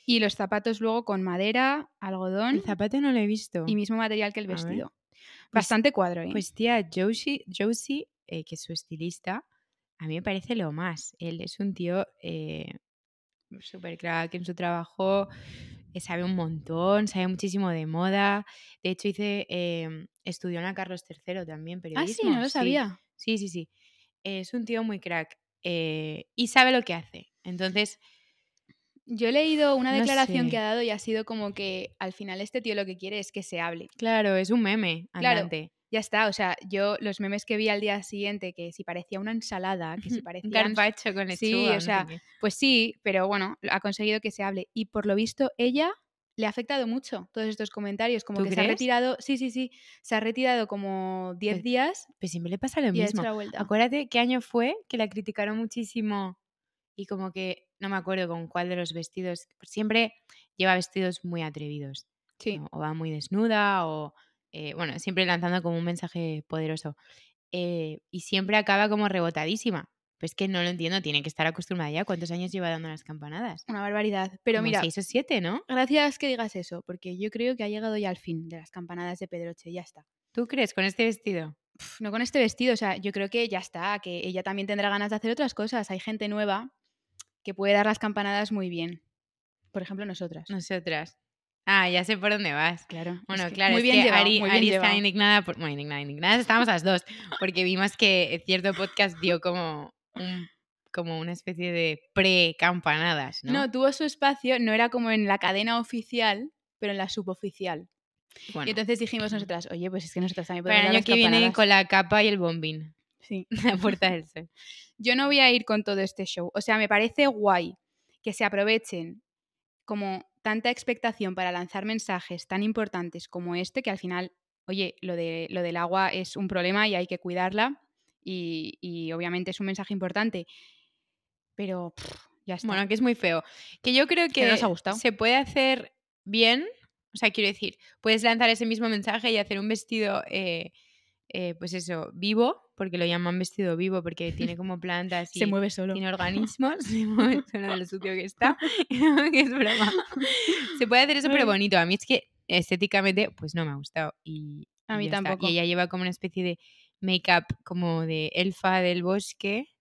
S1: Y los zapatos luego con madera, algodón
S2: El zapato no lo he visto.
S1: y mismo material que el
S2: A ver.
S1: vestido.
S2: Pues-
S1: Bastante cuadro, ¿eh?
S2: Pues tía, Josie, Josie eh, que es su estilista, a mí me parece lo más. Él es un tío eh, súper crack en su trabajo, eh, sabe un montón, sabe muchísimo de moda. De hecho, hice, eh, estudió en la Carlos III también,
S1: ah,
S2: periodismo.
S1: sí, no lo sabía.
S2: Sí, sí, sí. Es un tío muy crack eh, y sabe lo que hace. Entonces,
S1: Yo he leído una
S2: No
S1: declaración
S2: sé.
S1: que ha dado y ha sido como que al final este tío lo que quiere es que se hable.
S2: claro, es un meme
S1: Claro,
S2: andante.
S1: ya está, o sea, yo los memes que vi al día siguiente, que si parecía una ensalada, que si
S2: Un
S1: parecía...
S2: carpacho con lechuga.
S1: Sí, o
S2: no sé
S1: sea,
S2: qué.
S1: Pues sí, pero bueno, ha conseguido que se hable. Y por lo visto, ella le ha afectado mucho todos estos comentarios. Como
S2: ¿Tú
S1: que se ha
S2: crees?
S1: retirado, sí, sí, sí, se ha retirado como 10
S2: Pues,
S1: días
S2: Pues siempre le pasa lo
S1: y ha hecho
S2: mismo.
S1: la vuelta.
S2: Acuérdate qué año fue que la criticaron muchísimo y como que no me acuerdo con cuál de los vestidos. Siempre lleva vestidos muy atrevidos.
S1: Sí,
S2: ¿no? O va muy desnuda o, eh, bueno, siempre lanzando como un mensaje poderoso. Eh, y siempre acaba como rebotadísima. Pues que no lo entiendo, tiene que estar acostumbrada ya. ¿Cuántos años lleva dando las campanadas?
S1: una barbaridad. Pero
S2: Como
S1: mira,
S2: Seis o siete, ¿no?
S1: gracias que digas eso, porque yo creo que ha llegado ya al fin de las campanadas de Pedroche, ya está.
S2: ¿Tú crees con este vestido?
S1: Pf, No con este vestido, o sea, yo creo que ya está, que ella también tendrá ganas de hacer otras cosas. Hay gente nueva que puede dar las campanadas muy bien. Por ejemplo, nosotras.
S2: Nosotras. Ah, ya sé por dónde vas.
S1: Claro. es
S2: Bueno,
S1: que
S2: claro,
S1: muy
S2: es
S1: bien
S2: que
S1: llevado,
S2: Ari,
S1: muy bien
S2: Ari está
S1: llevado.
S2: indignada, por, bueno, indignada, indignadas estábamos las dos, porque vimos que cierto podcast dio como, un- como una especie de pre-campanadas, ¿no?
S1: ¿no? tuvo su espacio, no era como en la cadena oficial, pero en la suboficial.
S2: Bueno,
S1: Y entonces dijimos nosotras, oye, pues es que nosotras también
S2: para
S1: podemos
S2: el
S1: dar
S2: año
S1: las
S2: que viene
S1: campanadas".
S2: con la capa y el bombín,
S1: Sí.
S2: la puerta del sol.
S1: Yo no voy a ir con todo este show. O sea, me parece guay que se aprovechen como tanta expectación para lanzar mensajes tan importantes como este, que al final, oye, lo, de, lo del agua es un problema y hay que cuidarla. Y, y obviamente es un mensaje importante. Pero pff, ya está.
S2: Bueno, que es muy feo. Que yo creo
S1: Que
S2: que,
S1: no nos ha gustado.
S2: se puede hacer bien. O sea, quiero decir, puedes lanzar ese mismo mensaje y hacer un vestido, eh, eh, pues eso, vivo, porque lo llaman vestido vivo, porque tiene como plantas y
S1: se mueve solo.
S2: tiene organismos. se mueve solo de lo sucio que está. que es broma. Se puede hacer eso, pero
S1: Ay.
S2: bonito. A mí es que estéticamente, pues no me ha gustado. Y,
S1: A
S2: y
S1: mí
S2: ya está.
S1: tampoco.
S2: Y ella lleva como una especie de make-up como de elfa del bosque.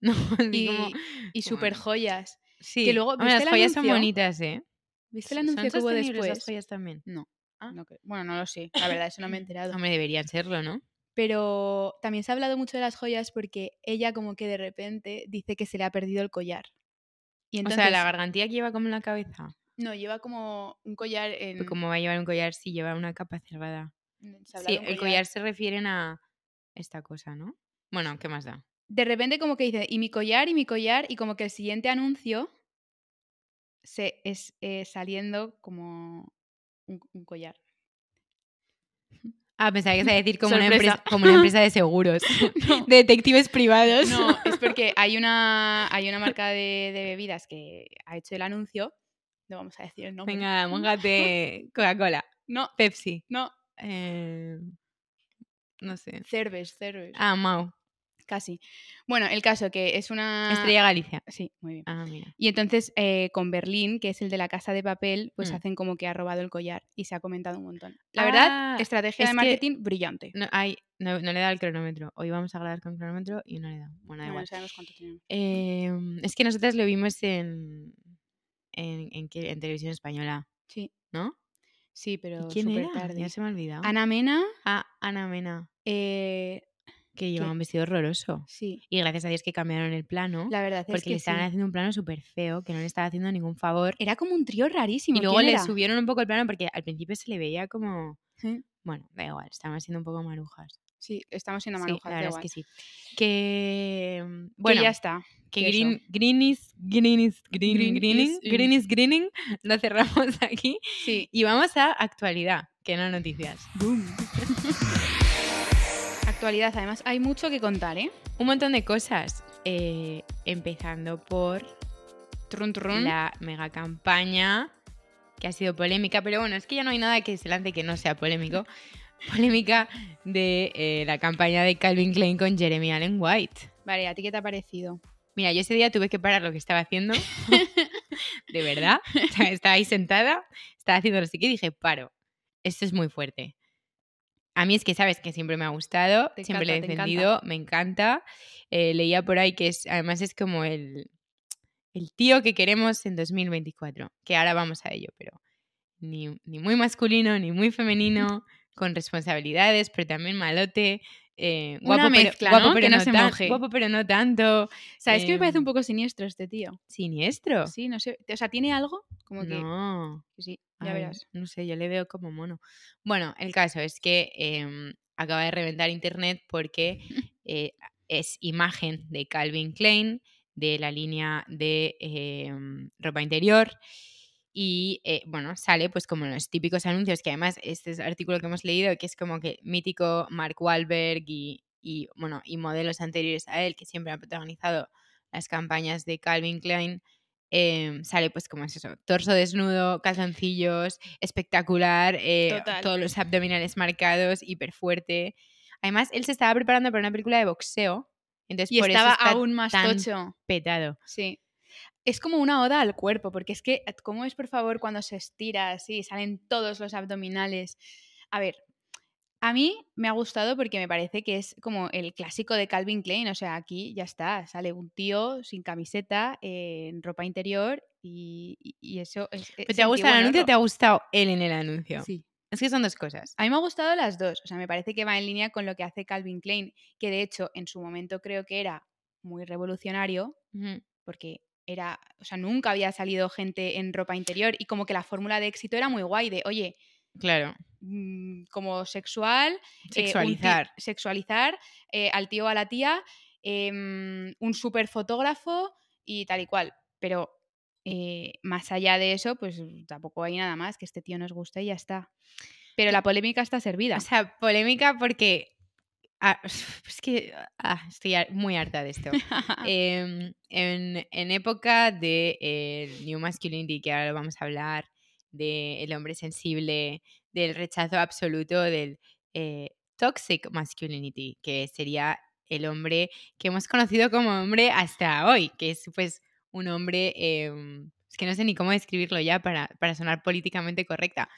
S2: No, así
S1: Y,
S2: como-
S1: y
S2: como-
S1: super joyas.
S2: Sí.
S1: luego,
S2: Hombre,
S1: ¿viste
S2: las
S1: el
S2: joyas son
S1: anuncio?
S2: bonitas, ¿eh?
S1: ¿Viste el
S2: ¿Son
S1: anuncio que hubo
S2: sostenibles
S1: después?
S2: las joyas también? Ah.
S1: No creo- bueno, no lo sé. La verdad, eso no me he enterado.
S2: Hombre, deberían serlo, ¿no?
S1: Pero también se ha hablado mucho de las joyas porque ella como que de repente dice que se le ha perdido el collar. Y entonces,
S2: o sea, la gargantilla que lleva como en la cabeza.
S1: no, lleva como un collar en...
S2: Pero ¿Cómo va a llevar un collar si lleva una capa cerrada?
S1: en- se habla
S2: Sí,
S1: de un
S2: el collar se refieren a esta cosa, ¿no? Bueno, ¿qué más da?
S1: De repente como que dice, y mi collar, y mi collar, y como que el siguiente anuncio se es eh, saliendo como un, un collar.
S2: Ah, pensaba que iba a decir como una,
S1: Sorpresa.
S2: empresa, como una empresa de seguros.
S1: No.
S2: De detectives privados.
S1: No, es porque hay una, hay una marca de, de bebidas que ha hecho el anuncio. No vamos a decir el nombre.
S2: Venga, móngate Coca-Cola.
S1: No,
S2: Pepsi.
S1: no.
S2: Eh, no sé.
S1: Cerves, Cerves.
S2: Ah, Mau.
S1: Casi. Bueno, el caso que es una...
S2: Estrella Galicia.
S1: Sí, muy bien.
S2: Ah, mira.
S1: Y entonces eh, con Berlín, que es el de la casa de papel, pues
S2: Mm.
S1: hacen como que ha robado el collar y se ha comentado un montón. La verdad,
S2: Ah,
S1: estrategia
S2: es
S1: de
S2: que-
S1: marketing brillante.
S2: No, hay, no, no le da el cronómetro. Hoy vamos a grabar con cronómetro y no le da. Bueno, da
S1: Bueno,
S2: igual.
S1: no sabemos cuánto tenemos.
S2: Eh, es que nosotras lo vimos en, en, en qué- en televisión española,
S1: Sí,
S2: ¿no?
S1: sí,
S2: ¿Y
S1: pero
S2: quién
S1: súper
S2: era?
S1: tarde.
S2: Ya se me ha olvidado.
S1: Ana Mena,
S2: Ah, Ana Mena,
S1: eh,
S2: que llevaba un vestido horroroso.
S1: sí.
S2: Y gracias a Dios que cambiaron el plano,
S1: La verdad
S2: porque
S1: es que
S2: le
S1: sí.
S2: estaban haciendo un plano súper feo, que no le estaba haciendo ningún favor.
S1: Era como un trío rarísimo.
S2: Y luego
S1: ¿quién
S2: le
S1: era?
S2: subieron un poco el plano porque al principio se le veía como...
S1: Sí.
S2: Bueno, da igual, estaban siendo un poco marujas.
S1: Sí, estamos siendo
S2: Sí,
S1: marujas,
S2: la
S1: da
S2: verdad es
S1: igual.
S2: que sí. Que... mm, Bueno,
S1: que ya está.
S2: que
S1: que
S2: green, green is, green is, green,
S1: Green
S2: greening,
S1: is in.
S2: green is greening, lo cerramos aquí
S1: Sí.
S2: y vamos a actualidad, que no noticias.
S1: Actualidad, además, hay mucho que contar, ¿eh?
S2: Un montón de cosas, eh, empezando por
S1: Trun, trun.
S2: la mega campaña que ha sido polémica, pero bueno, es que ya no hay nada que se lance que no sea polémico. Polémica de eh, la campaña de Calvin Klein con Jeremy Allen White.
S1: Vale, ¿a ti qué te ha parecido?
S2: Mira, yo ese día tuve que parar lo que estaba haciendo. de verdad. O sea, estaba ahí sentada, estaba haciendo no sé qué y dije, paro. Esto es muy fuerte. A mí es que sabes que siempre me ha gustado,
S1: Te
S2: siempre le he
S1: encanta, te encanta.
S2: defendido, me encanta. Eh, leía por ahí que es, además es como el, el tío que queremos en 2024, que ahora vamos a ello, pero ni, ni muy masculino, ni muy femenino, con responsabilidades, pero también malote. eh,
S1: Una
S2: guapo, pero-
S1: mezcla,
S2: guapo,
S1: ¿no?
S2: pero
S1: Que no se
S2: tan-
S1: moje.
S2: guapo, pero no tanto
S1: ¿Sabes que me parece un
S2: Em,
S1: poco siniestro este tío?
S2: siniestro.
S1: Sí, no sé. O sea, tiene algo como que.
S2: No.
S1: Sí,
S2: a
S1: ya
S2: ver,
S1: verás.
S2: No sé, yo le veo como mono. Bueno, el caso es que em, acaba de reventar internet porque eh, es imagen de Calvin Klein, de la línea de eh, ropa interior. Y eh, bueno, sale pues como los típicos anuncios, que además este es el artículo que hemos leído, que es como que mítico Mark Wahlberg y, y, bueno, y modelos anteriores a él, que siempre han protagonizado las campañas de Calvin Klein, eh, sale pues como es eso, torso desnudo, calzoncillos, espectacular, eh,
S1: Total.
S2: todos los abdominales marcados, hiper fuerte. Además, él se estaba preparando para una película de boxeo, entonces
S1: Y
S2: por
S1: estaba
S2: eso está
S1: aún más
S2: tan
S1: tocho.
S2: petado.
S1: Sí. Es como una oda al cuerpo, porque es que, eh, ¿cómo es, por favor, cuando se estira así, salen todos los abdominales? A ver, a mí me ha gustado porque me parece que es como el clásico de Calvin Klein, o sea, aquí ya está, sale un tío sin camiseta, eh, en ropa interior y, y- y eso es... eh, es
S2: Pues ¿Te ha gustado el anuncio
S1: antiguo,
S2: o
S1: ¿no?
S2: te ha gustado él en el anuncio?
S1: Sí.
S2: Es que son dos cosas.
S1: A mí me ha gustado las dos. O sea, me parece que va en línea con lo que hace Calvin Klein, que de hecho en su momento creo que era muy revolucionario, porque era, o sea, nunca había salido gente en ropa interior y como que la fórmula de éxito era muy guay de, oye,
S2: Claro.
S1: mm, como sexual, eh, un ti-
S2: Sexualizar.
S1: sexualizar eh, al tío o a la tía, eh, mm, un super fotógrafo y tal y cual. Pero eh, más allá de eso, pues tampoco hay nada más que este tío nos guste y ya está. Pero la polémica está servida.
S2: O sea, polémica porque. ah, es que ah, estoy har- muy harta de esto. Em, en, en época de eh, New Masculinity, que ahora lo vamos a hablar, del hombre sensible, del rechazo absoluto del eh, Toxic Masculinity, que sería el hombre que hemos conocido como hombre hasta hoy, que es pues un hombre, em, es que no sé ni cómo describirlo ya para, para sonar políticamente correcta,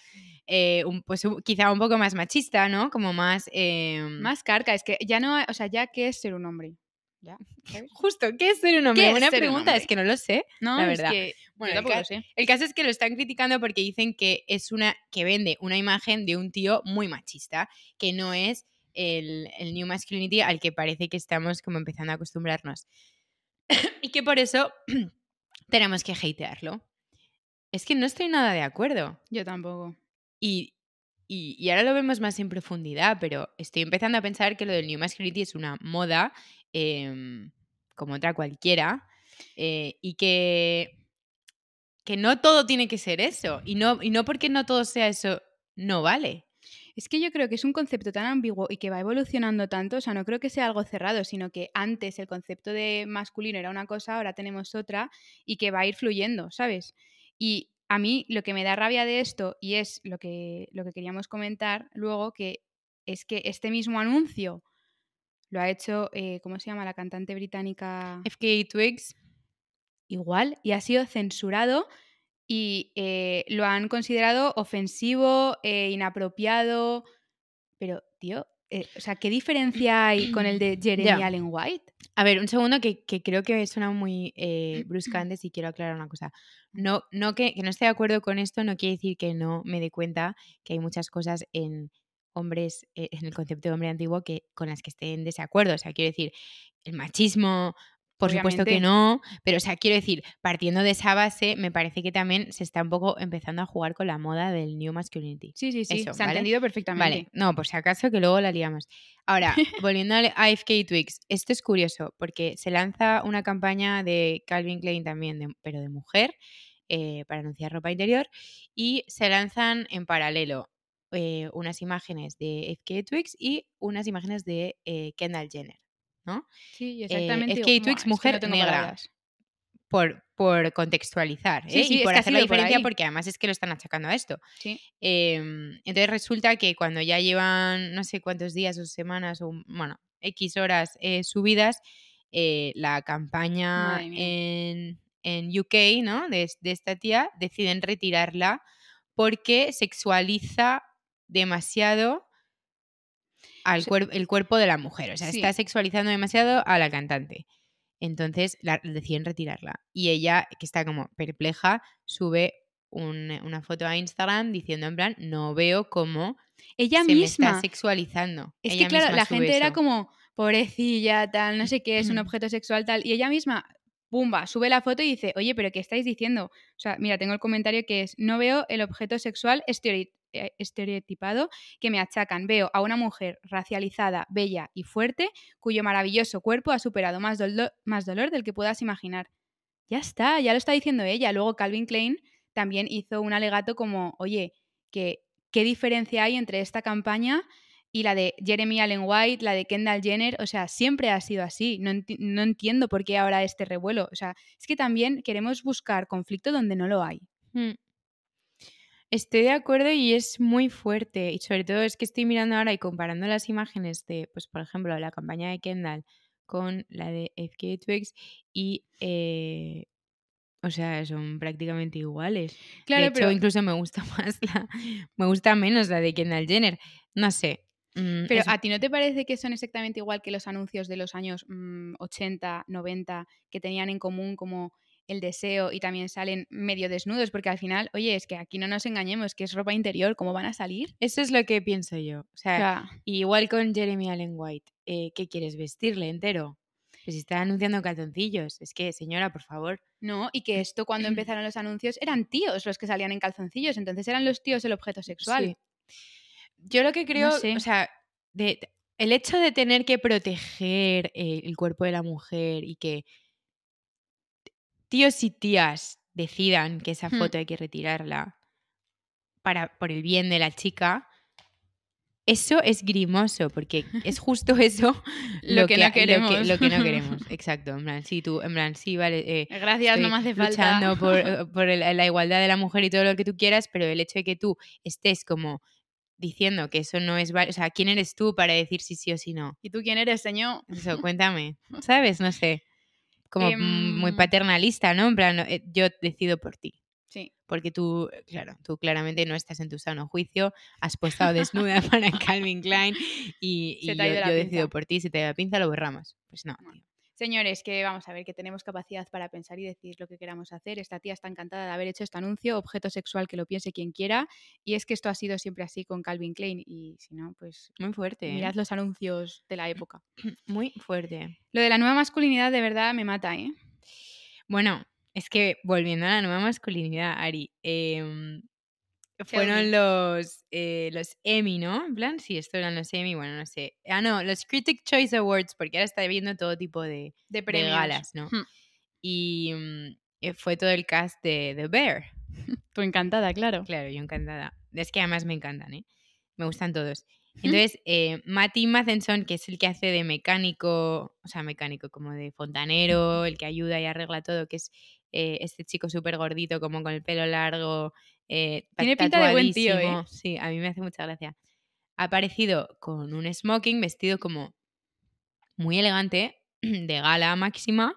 S2: Eh, un- pues un- quizá un poco más machista, ¿no? Como más... em,
S1: Más carca, es que ya no, o sea, ya qué es ser un hombre.
S2: Justo, ¿qué es ser un hombre?
S1: ¿Qué es
S2: Buena
S1: ser un
S2: pregunta,
S1: hombre?
S2: es que no lo sé.
S1: No,
S2: La
S1: es
S2: verdad.
S1: que
S2: Bueno,
S1: yo
S2: el
S1: tampoco
S2: ca-
S1: lo sé.
S2: El caso es que lo están criticando porque dicen que es una que vende una imagen de un tío muy machista, que no es el, el new masculinity al que parece que estamos como empezando a acostumbrarnos. y que por eso tenemos que hatearlo. Es que no estoy nada de acuerdo.
S1: Yo tampoco.
S2: Y, y- y ahora lo vemos más en profundidad, pero estoy empezando a pensar que lo del new masculinity es una moda em, como otra cualquiera eh, y que, que no todo tiene que ser eso. Y no, y no porque no todo sea eso, no vale.
S1: Es que yo creo que es un concepto tan ambiguo y que va evolucionando tanto, o sea, no creo que sea algo cerrado, sino que antes el concepto de masculino era una cosa, ahora tenemos otra y que va a ir fluyendo, ¿sabes? Y a mí lo que me da rabia de esto, y es lo que, lo que queríamos comentar luego, que es que este mismo anuncio lo ha hecho, eh, ¿cómo se llama? La cantante británica...
S2: FK Twigs,
S1: igual y ha sido censurado y eh, lo han considerado ofensivo, eh, inapropiado. Pero, tío, eh, o sea, ¿qué diferencia hay con el de Jeremy
S2: Ya.
S1: Allen White?
S2: A ver, un segundo que, que creo que suena muy eh, brusca antes y quiero aclarar una cosa. No, no que, que no esté de acuerdo con esto no quiere decir que no me dé cuenta que hay muchas cosas en hombres, eh, en el concepto de hombre antiguo que, con las que esté en desacuerdo. O sea, quiero decir, el machismo, por supuesto que
S1: Obviamente.
S2: no, pero o sea, quiero decir, partiendo de esa base, me parece que también se está un poco empezando a jugar con la moda del new masculinity.
S1: Sí, sí, sí,
S2: Eso,
S1: se ha
S2: ¿vale?
S1: entendido perfectamente.
S2: Vale, no, por si acaso que luego la liamos. Ahora, volviendo al AFK Twix, esto es curioso porque se lanza una campaña de Calvin Klein también, de- pero de mujer, eh, para anunciar ropa interior y se lanzan en paralelo eh, unas imágenes de FK Twix y unas imágenes de eh, Kendall Jenner.
S1: Sí,
S2: Eh,
S1: exactamente.
S2: FK
S1: Buah, es
S2: Twigs,
S1: que
S2: mujer
S1: no tengo
S2: negra.
S1: palabras.
S2: Por, por contextualizar
S1: Sí,
S2: ¿eh?
S1: sí,
S2: y
S1: es
S2: por
S1: que ha
S2: hacer la
S1: sido por
S2: diferencia
S1: ahí.
S2: porque además es que lo están achacando a esto.
S1: Sí.
S2: Em, entonces resulta que cuando ya llevan no sé cuántos días o semanas o bueno, X horas eh, subidas, eh, la campaña
S1: Madre mía.
S2: en, en UK, ¿no? De, es- de esta tía, deciden retirarla porque sexualiza demasiado al
S1: Sí.
S2: cuer- el cuerpo de la mujer. O sea,
S1: Sí.
S2: está sexualizando demasiado a la cantante. Entonces la, deciden retirarla. Y ella, que está como perpleja, sube un- eh, una foto a Instagram diciendo en plan, no veo cómo
S1: Ella
S2: se me
S1: misma.
S2: está sexualizando.
S1: Es
S2: Ella
S1: que, claro,
S2: misma
S1: la
S2: sube
S1: gente era
S2: eso.
S1: como pobrecilla, tal, no sé qué, es un objeto sexual, tal. Y ella misma, pumba, sube la foto y dice, oye, pero ¿qué estáis diciendo? O sea, mira, tengo el comentario que es, no veo el objeto sexual exteriori- estere- estereotipado que me achacan. Veo a una mujer racializada, bella y fuerte, cuyo maravilloso cuerpo ha superado más, dolo- más dolor del que puedas imaginar. Ya está, ya lo está diciendo ella. Luego Calvin Klein también hizo un alegato como, oye, que qué diferencia hay entre esta campaña y la de Jeremy Allen White, la de Kendall Jenner, o sea, siempre ha sido así. No, enti- no entiendo por qué ahora este revuelo. O sea, es que también queremos buscar conflicto donde no lo hay.
S2: Mm. Estoy de acuerdo y es muy fuerte. Y sobre todo es que estoy mirando ahora y comparando las imágenes de, pues por ejemplo, la campaña de Kendall con la de FK Twigs y, eh, o sea, son prácticamente iguales.
S1: Claro,
S2: de hecho,
S1: pero,
S2: incluso me gusta más la, me gusta menos la de Kendall Jenner. No sé. Mm,
S1: pero
S2: es-
S1: ¿a ti no te parece que son exactamente igual que los anuncios de los años mm, 80, 90, que tenían en común como el deseo y también salen medio desnudos? Porque al final, oye, es que aquí no nos engañemos, que es ropa interior, ¿cómo van a salir?
S2: eso es lo que pienso yo. O sea,
S1: O sea,
S2: igual con Jeremy Allen White, eh, ¿qué quieres vestirle entero? Pues está anunciando calzoncillos. Es que, señora, por favor.
S1: No, y
S2: eh,
S1: que esto cuando empezaron los anuncios eran tíos los que salían en calzoncillos, entonces eran los tíos el objeto sexual.
S2: Sí. Yo lo que creo,
S1: sé.
S2: o sea, de- el hecho de tener que proteger eh, el cuerpo de la mujer y que tíos y tías decidan que esa
S1: Hmm.
S2: foto hay que retirarla para, por el bien de la chica, eso es grimoso, porque es justo eso
S1: Lo que no
S2: ha- Lo que,
S1: queremos.
S2: lo que no queremos, exacto. En plan, sí, tú, en plan, sí, vale, eh,
S1: Gracias, no
S2: estoy
S1: me hace falta.
S2: luchando por, eh, por el- la igualdad de la mujer y todo lo que tú quieras, pero el hecho de que tú estés como diciendo que eso no es, val- o sea, ¿quién eres tú para decir sí sí o sí no?
S1: ¿Y tú quién eres, señor?
S2: Eso, cuéntame, ¿sabes? No sé, como mm, muy
S1: Em.
S2: paternalista, ¿no? En plan, eh, yo decido por ti.
S1: Sí.
S2: Porque tú, eh, claro, tú claramente no estás en tu sano juicio, has postado desnuda para Calvin Klein y, y
S1: Se
S2: yo,
S1: te ha ido la
S2: yo
S1: pinza.
S2: decido por ti, si te da pinza lo borramos. Pues no,
S1: Bueno. Señores, que vamos a ver, que tenemos capacidad para pensar y decir lo que queramos hacer. Esta tía está encantada de haber hecho este anuncio, objeto sexual que lo piense quien quiera. Y es que esto ha sido siempre así con Calvin Klein. Y si no, pues
S2: muy fuerte, ¿eh?
S1: mirad los anuncios de la época.
S2: muy fuerte.
S1: Lo de la nueva masculinidad de verdad me mata, ¿eh?
S2: Bueno, es que volviendo a la nueva masculinidad, Ari, em,
S1: me.
S2: fueron los, eh, los Emmy, ¿no? En plan, sí, esto eran los Emmy, bueno, no sé. Ah, no, los Critic Choice Awards, porque ahora está viendo todo tipo de,
S1: De
S2: de
S1: premios.
S2: galas, ¿no?
S1: Hmm.
S2: Y mm, eh, fue todo el cast de The Bear.
S1: Tú encantada, claro.
S2: Claro, yo encantada. Es que además me encantan, ¿eh? Me gustan todos. Entonces, eh, Matty Matheson, que es el que hace de mecánico, o sea, mecánico como de fontanero, el que ayuda y arregla todo, que es eh, este chico súper gordito, como con el pelo largo. eh, ta-
S1: Tiene pinta de buen tío, ¿eh?
S2: tatuadísimo. Sí, a mí me hace mucha gracia. Ha aparecido con un smoking vestido como muy elegante, de gala máxima.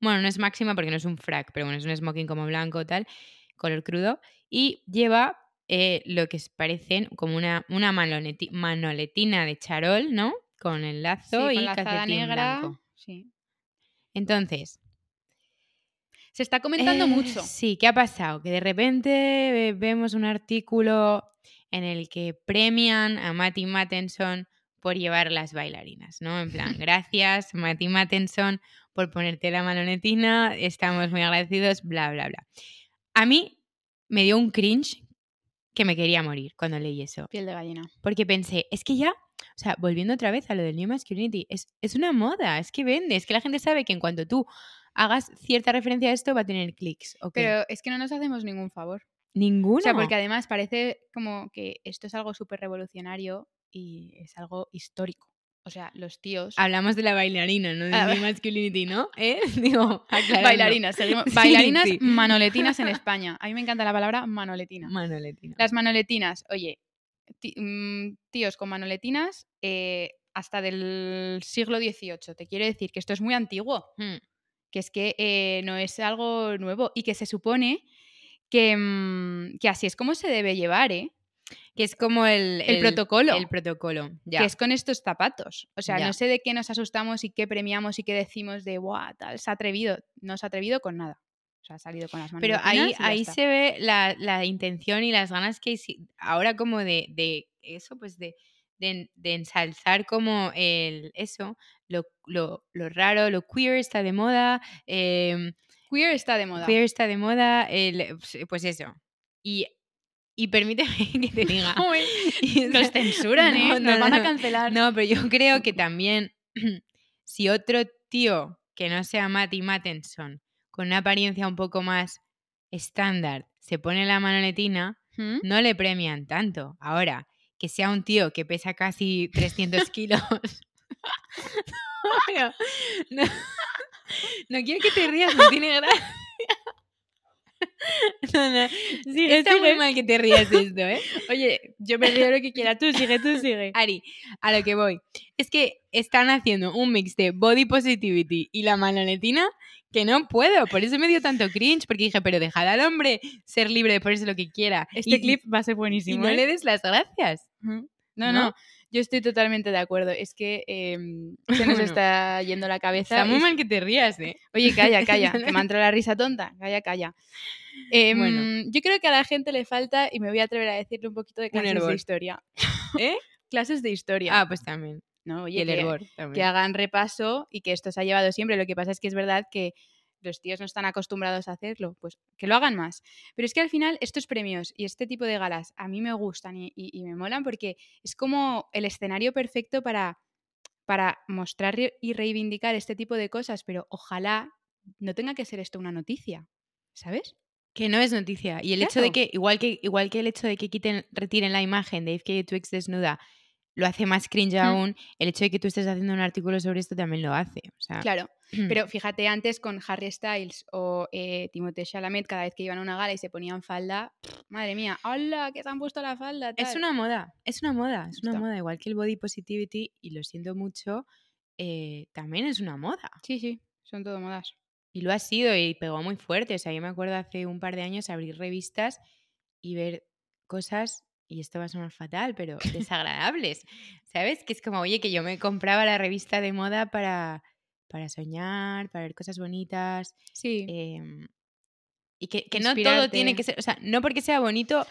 S2: Bueno, no es máxima porque no es un frac, pero bueno, es un smoking como blanco tal, color crudo. Y lleva eh, lo que es- parecen como una, una manoleti- manoletina de charol, ¿no? Con el
S1: Sí,
S2: lazo
S1: con
S2: y
S1: lazada
S2: calcetín blanco.
S1: Sí.
S2: Entonces,
S1: Se está comentando
S2: eh,
S1: mucho.
S2: Sí, ¿qué ha pasado? Que de repente eh, vemos un artículo en el que premian a Matty Mattenson por llevar las bailarinas, ¿no? En plan, gracias Matty Mattenson por ponerte la manoletina, estamos muy agradecidos, bla, bla, bla. A mí me dio un cringe que me quería morir cuando leí eso.
S1: Piel de gallina.
S2: Porque pensé, es que ya, o sea, volviendo otra vez a lo del New Masculinity, es, es una moda, es que vende, es que la gente sabe que en cuanto tú hagas cierta referencia a esto va a tener clics, ¿ok?
S1: Pero es que no nos hacemos ningún favor.
S2: Ninguna.
S1: O sea, porque además parece como que esto es algo súper revolucionario y es algo histórico. O sea, los tíos.
S2: Hablamos de la bailarina, no
S1: Ah,
S2: del New Masculinity, ¿no? ¿Eh? Digo, aclarando.
S1: Bailarinas, seguimos-
S2: Sí,
S1: Bailarinas
S2: sí.
S1: manoletinas en España. A mí me encanta la palabra manoletina.
S2: Manoletina.
S1: Las manoletinas, oye, ti- mm, tíos con manoletinas eh, hasta del siglo XVIII. Te quiero decir que esto es muy antiguo.
S2: Hmm.
S1: que es que eh, no es algo nuevo y que se supone que, mm, que así es como se debe llevar, ¿eh?
S2: Que es como el,
S1: El, protocolo,
S2: El protocolo, ya.
S1: que es con estos zapatos. O sea,
S2: Ya.
S1: no sé de qué nos asustamos y qué premiamos y qué decimos de, guau, tal, se ha atrevido. No se ha atrevido con nada. O sea, ha salido con las manos.
S2: Pero ahí, ahí
S1: se
S2: se ve la, la intención y las ganas que hay si- ahora como de, de eso, pues de, de, de ensalzar como el eso, lo, lo, lo raro, lo queer está de moda, em,
S1: Queer está de moda.
S2: queer está de moda, el- pues eso. eh, pues Y Y permíteme que te diga.
S1: Uy,
S2: Y es-
S1: nos censuran,
S2: No,
S1: ¿eh?
S2: no,
S1: Nos
S2: no,
S1: van a
S2: no.
S1: cancelar.
S2: No, pero yo creo que también si otro tío que no sea Matty Mattenson, con una apariencia un poco más estándar, se pone la manoletina,
S1: ¿Mm?
S2: no le premian tanto. Ahora, que sea un tío que pesa casi 300 kilos. no, no, no quiero que te rías, no tiene gracia. No, no.
S1: Sigue,
S2: Está muy
S1: sigue.
S2: mal que te rías de esto, ¿eh?
S1: Oye, yo me río lo que quiera. Tú sigue, tú sigue.
S2: Ari, a lo que voy. Es que están haciendo un mix de body positivity y la manoletina que no puedo. Por eso me dio tanto cringe, porque dije, pero dejad al hombre ser libre de ponerse lo que quiera.
S1: Este
S2: Y- y-
S1: clip va a ser
S2: Y
S1: buenísimo.
S2: no
S1: ¿eh?
S2: le des las gracias.
S1: Ujú.
S2: ¿no?
S1: No, no, yo estoy totalmente de acuerdo. Es que em, se nos
S2: Bueno.
S1: está yendo la cabeza.
S2: Está muy
S1: y-
S2: mal que te rías, ¿eh?
S1: Oye, calla, calla, que me ha entrado la risa tonta. Calla, calla. Em,
S2: Bueno.
S1: Yo creo que a la gente le falta, y me voy a atrever a decirle un poquito de clases
S2: hervor.
S1: de historia.
S2: ¿Eh?
S1: Clases de historia.
S2: Ah, pues también.
S1: no,
S2: Y
S1: oye,
S2: el
S1: que-
S2: hervor
S1: que
S2: también.
S1: hagan repaso y que esto se ha llevado siempre. Lo que pasa es que es verdad que los tíos no están acostumbrados a hacerlo, pues que lo hagan más. Pero es que al final estos premios y este tipo de galas a mí me gustan y, y- y me molan porque es como el escenario perfecto para, para mostrar re- y reivindicar este tipo de cosas, pero ojalá no tenga que ser esto una noticia, ¿sabes?
S2: Que no es noticia. Y el hecho de que,
S1: Claro.
S2: igual que, igual que el hecho de que quiten, retiren la imagen de FK Twix desnuda, lo hace más cringe aún, el hecho de que tú estés haciendo un artículo sobre esto también lo hace. O sea,
S1: Claro.
S2: mm.
S1: Pero fíjate antes con Harry Styles o eh, Timothée Chalamet, cada vez que iban a una gala y se ponían falda, madre mía, ¡hola! que se han puesto la falda!
S2: Es
S1: tal!
S2: una moda, es una moda, es una
S1: Justo.
S2: moda, igual que el body positivity, y lo siento mucho, eh, también es una moda.
S1: Sí, sí, son todo modas.
S2: Y lo ha sido y pegó muy fuerte. O sea, yo me acuerdo hace un par de años abrir revistas y ver cosas, y esto va a sonar fatal, pero desagradables. ¿Sabes? Que es como, oye, que yo me compraba la revista de moda para, para soñar, para ver cosas bonitas.
S1: Sí.
S2: em, y que, que no todo tiene
S1: Inspirarte.
S2: que ser, o sea, no porque sea bonito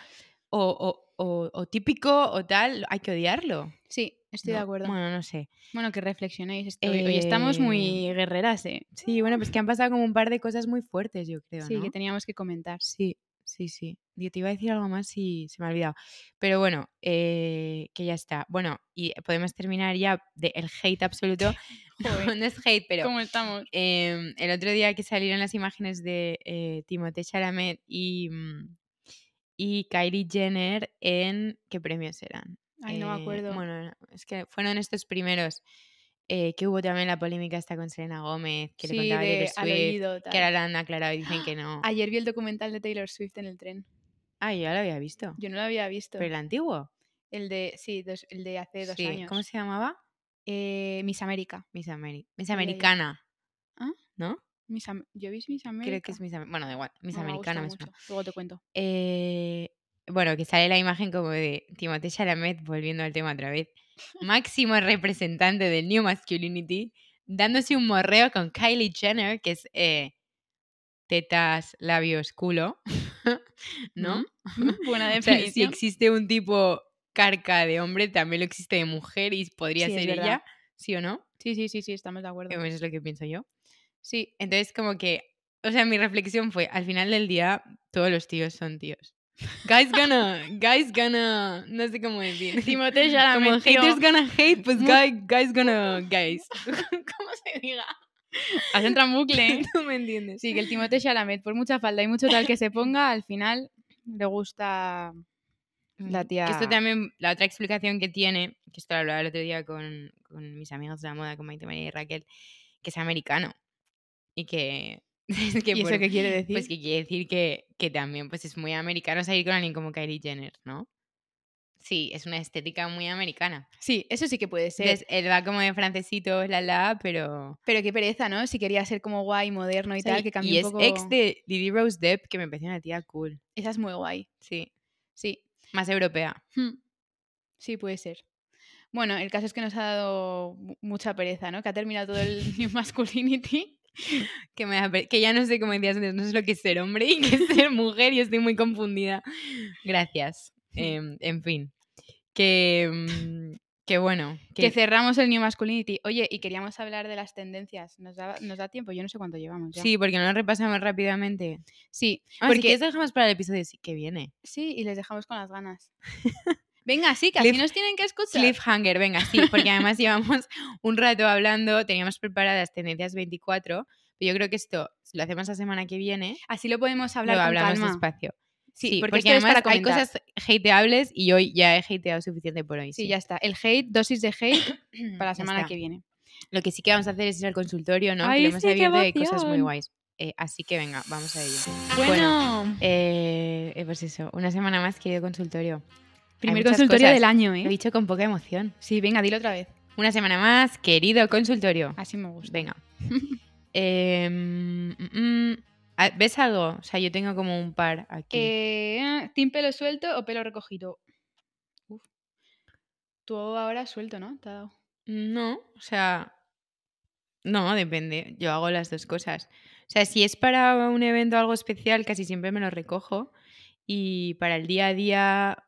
S2: o, o- o- o típico o tal, hay que odiarlo.
S1: sí, estoy de
S2: No,
S1: acuerdo. Bueno,
S2: Bueno, no sé.
S1: que reflexionéis. esto- Hoy hoy estamos muy guerreras, ¿eh?
S2: Sí, bueno, pues que han pasado como un par de cosas muy fuertes, yo creo.
S1: Sí,
S2: ¿no?
S1: que teníamos que comentar.
S2: Sí, sí, sí. Yo te iba a decir algo más y se me ha olvidado. Pero bueno, eh, que ya está. Bueno, y podemos terminar ya del el hate absoluto. No,
S1: Joder,
S2: no es hate, pero
S1: ¿Cómo estamos?
S2: em, el otro día que salieron las imágenes de eh, Timothée Chalamet y, mm, y Kylie Jenner en... ¿Qué premios eran?
S1: Ay, no
S2: Eh,
S1: me acuerdo.
S2: Bueno, no, es que fueron estos primeros eh, que hubo también la polémica esta con Selena Gómez, que
S1: sí,
S2: le contaba Taylor
S1: de al
S2: Swift,
S1: oído, tal.
S2: que ahora la han aclarado y dicen que no. Ay,
S1: Ayer vi el documental de Taylor Swift en el tren.
S2: yo ya lo había visto.
S1: Yo no lo había visto.
S2: Pero el antiguo.
S1: El de, sí, dos- el de hace dos
S2: sí.
S1: años.
S2: ¿Cómo se llamaba?
S1: Eh, Miss América.
S2: Miss, Ameri- Miss
S1: Lo leí.
S2: Americana.
S1: ¿Ah?
S2: ¿No?
S1: Miss Am- ¿Yo vi Miss América?
S2: Creo que es Miss Am- Bueno, da igual. Miss
S1: No, me gusta
S2: Americana me
S1: mucho.
S2: suena.
S1: Luego te cuento.
S2: Eh, bueno, que sale la imagen como de Timothée Chalamet, volviendo al tema otra vez, máximo representante del New Masculinity, dándose un morreo con Kylie Jenner, que es eh, tetas, labios, culo, ¿no?
S1: Mm, Buena
S2: O sea, y si
S1: definición.
S2: existe un tipo carca de hombre, también lo existe de mujer y podría
S1: Sí, es
S2: ser
S1: verdad.
S2: ella, ¿sí o no?
S1: Sí, sí, sí, sí, estamos de acuerdo.
S2: Eso es lo que pienso yo.
S1: Sí,
S2: Entonces, como que, o sea, mi reflexión fue, al final del día, todos los tíos son tíos. Guys gonna, guys gonna, no sé cómo decir.
S1: Timothée
S2: Como
S1: Chalamet, tío.
S2: haters gonna hate, pues
S1: Mu-
S2: guy- guys gonna guys. ¿Cómo se diga?
S1: Has entrado en bucle.
S2: Tú me entiendes.
S1: Sí, que el Timothée Chalamet, por mucha falda y mucho tal que se ponga, al final le gusta... La
S2: Mm, que esto
S1: tía-
S2: también, la otra explicación que tiene, que esto lo hablaba el otro día con, con mis amigos de la moda, con Maite María y Raquel, que es americano. Y que... es que
S1: ¿Y eso
S2: por-
S1: qué quiere decir?
S2: Pues que quiere decir que, que también pues es muy americano salir con alguien como Kylie Jenner, ¿no? Sí, es una estética muy americana.
S1: Sí, eso sí que puede ser.
S2: Entonces, él va como de francesito, la la, pero...
S1: Pero qué pereza, ¿no? Si quería ser como guay, moderno y
S2: o sea,
S1: tal, que cambió
S2: y
S1: un poco...
S2: es ex de Didi Rose Depp, que me pareció una tía cool.
S1: Esa es muy guay,
S2: Sí,
S1: sí.
S2: más europea.
S1: Hmm. Sí, puede ser. Bueno, el caso es que nos ha dado mu- mucha pereza, ¿no? Que ha terminado todo el New Masculinity.
S2: Que, me da pe- que ya no sé cómo decías antes, no sé lo que es ser hombre y que es ser mujer y estoy muy confundida. Gracias. Em, en fin. Que, mm, Qué bueno.
S1: Que... cerramos el New Masculinity. Oye, y queríamos hablar de las tendencias. ¿Nos da, nos da tiempo? Yo no sé cuánto llevamos ya.
S2: Sí, porque no lo repasamos rápidamente.
S1: Sí,
S2: Ah,
S1: porque...
S2: Si quieres dejamos para el episodio sí- que viene.
S1: Sí, y les dejamos con las ganas. Venga, sí, que así
S2: Cliff-
S1: nos tienen que escuchar.
S2: Cliffhanger, venga, sí, porque además llevamos un rato hablando, teníamos preparadas tendencias 24, pero yo creo que esto si lo hacemos la semana que viene,
S1: Así lo podemos hablar
S2: lo
S1: con
S2: hablamos
S1: calma.
S2: despacio.
S1: Sí, porque, esto es
S2: además
S1: para
S2: hay
S1: comentar.
S2: cosas hateables y hoy ya he hateado suficiente por hoy. Mm,
S1: Sí, ya está. El hate, dosis de hate para la
S2: Ya
S1: semana
S2: está.
S1: que viene.
S2: Lo que sí que vamos a hacer es ir al consultorio, ¿no?
S1: Ay,
S2: que lo hemos
S1: sí, qué
S2: abierto y hay cosas muy
S1: emoción.
S2: guays. Eh, así que venga, vamos a ello.
S1: Bueno,
S2: Eh, eh, pues eso, una semana más, querido consultorio.
S1: primer
S2: muchas
S1: consultorio
S2: cosas.
S1: del año,
S2: Lo he
S1: ¿eh?
S2: dicho con poca emoción.
S1: Sí, venga, dilo otra vez.
S2: Una semana más, querido consultorio.
S1: Así me gusta.
S2: Venga. Em, mm, mm. Ah, ¿Ves algo? O sea, yo tengo como un par aquí.
S1: Eh, ¿Team pelo suelto o pelo recogido? Uf. Tú ahora suelto, ¿no? Te ha dado.
S2: No, o sea. No, depende. Yo hago las dos cosas. O sea, si es para un evento o algo especial, casi siempre me lo recojo. Y para el día a día.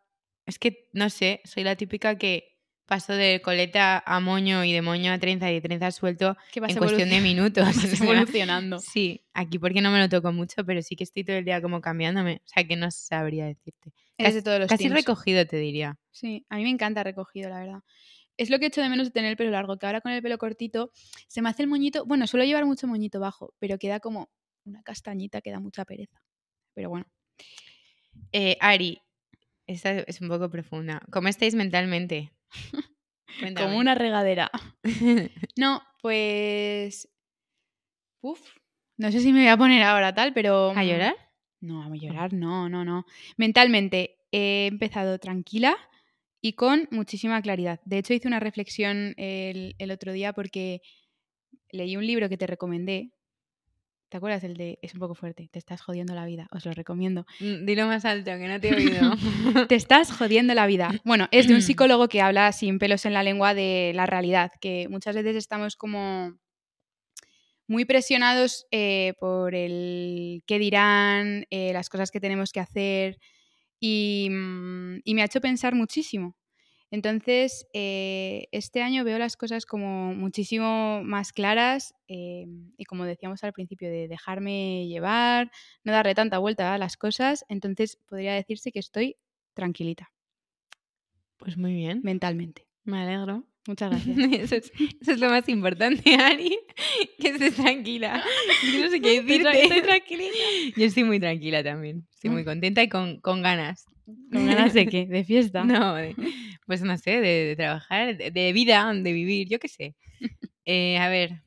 S2: Es que, no sé, soy la típica que paso de coleta a moño y de moño a trenza y de trenza a suelto
S1: Que vas,
S2: en cuestión de minutos.
S1: evolucion- vas
S2: o sea,
S1: evolucionando.
S2: Sí, aquí porque no me lo toco mucho, pero sí que estoy todo el día como cambiándome. O sea, que no sabría decirte.
S1: Eres de todos los
S2: Casi
S1: teams.
S2: recogido, te diría.
S1: Sí, a mí me encanta recogido, la verdad. Es lo que echo de menos de tener el pelo largo, que ahora con el pelo cortito se me hace el moñito. Bueno, suelo llevar mucho moñito bajo, pero queda como una castañita que da mucha pereza. Pero bueno,
S2: Eh, Ari, esta es un poco profunda. ¿Cómo estáis mentalmente? Cuéntame.
S1: como una regadera. No, pues. Uf. No sé si me voy a poner ahora tal, pero. mm,
S2: ¿A llorar?
S1: No, a llorar, no, no, no. Mentalmente he empezado tranquila y con muchísima claridad. De hecho, hice una reflexión el, el otro día porque leí un libro que te recomendé. ¿Te acuerdas? El de Es un poco fuerte, te estás jodiendo la vida, os lo recomiendo.
S2: Mm, Dilo más alto, que no te he oído.
S1: Te estás jodiendo la vida. Bueno, es de un psicólogo que habla sin pelos en la lengua de la realidad, que muchas veces estamos como muy presionados eh, por el qué dirán, eh, las cosas que tenemos que hacer y, mm, y me ha hecho pensar muchísimo. Entonces, eh, este año veo las cosas como muchísimo más claras eh, y como decíamos al principio, de dejarme llevar, no darle tanta vuelta a las cosas, entonces podría decirse que estoy tranquilita
S2: pues muy bien,
S1: mentalmente.
S2: me alegro.
S1: Muchas gracias.
S2: Eso es, eso es lo más importante, Ari, que estés tranquila. Yo no sé qué
S1: Estoy
S2: decirte.
S1: tra- estoy tranquilita.
S2: Yo estoy muy tranquila también. Estoy muy contenta y con, con ganas.
S1: ¿Con ganas de qué? ¿De fiesta?
S2: No, de- pues no sé, de, de trabajar, de, de vida, de vivir, yo qué sé. Eh, a ver,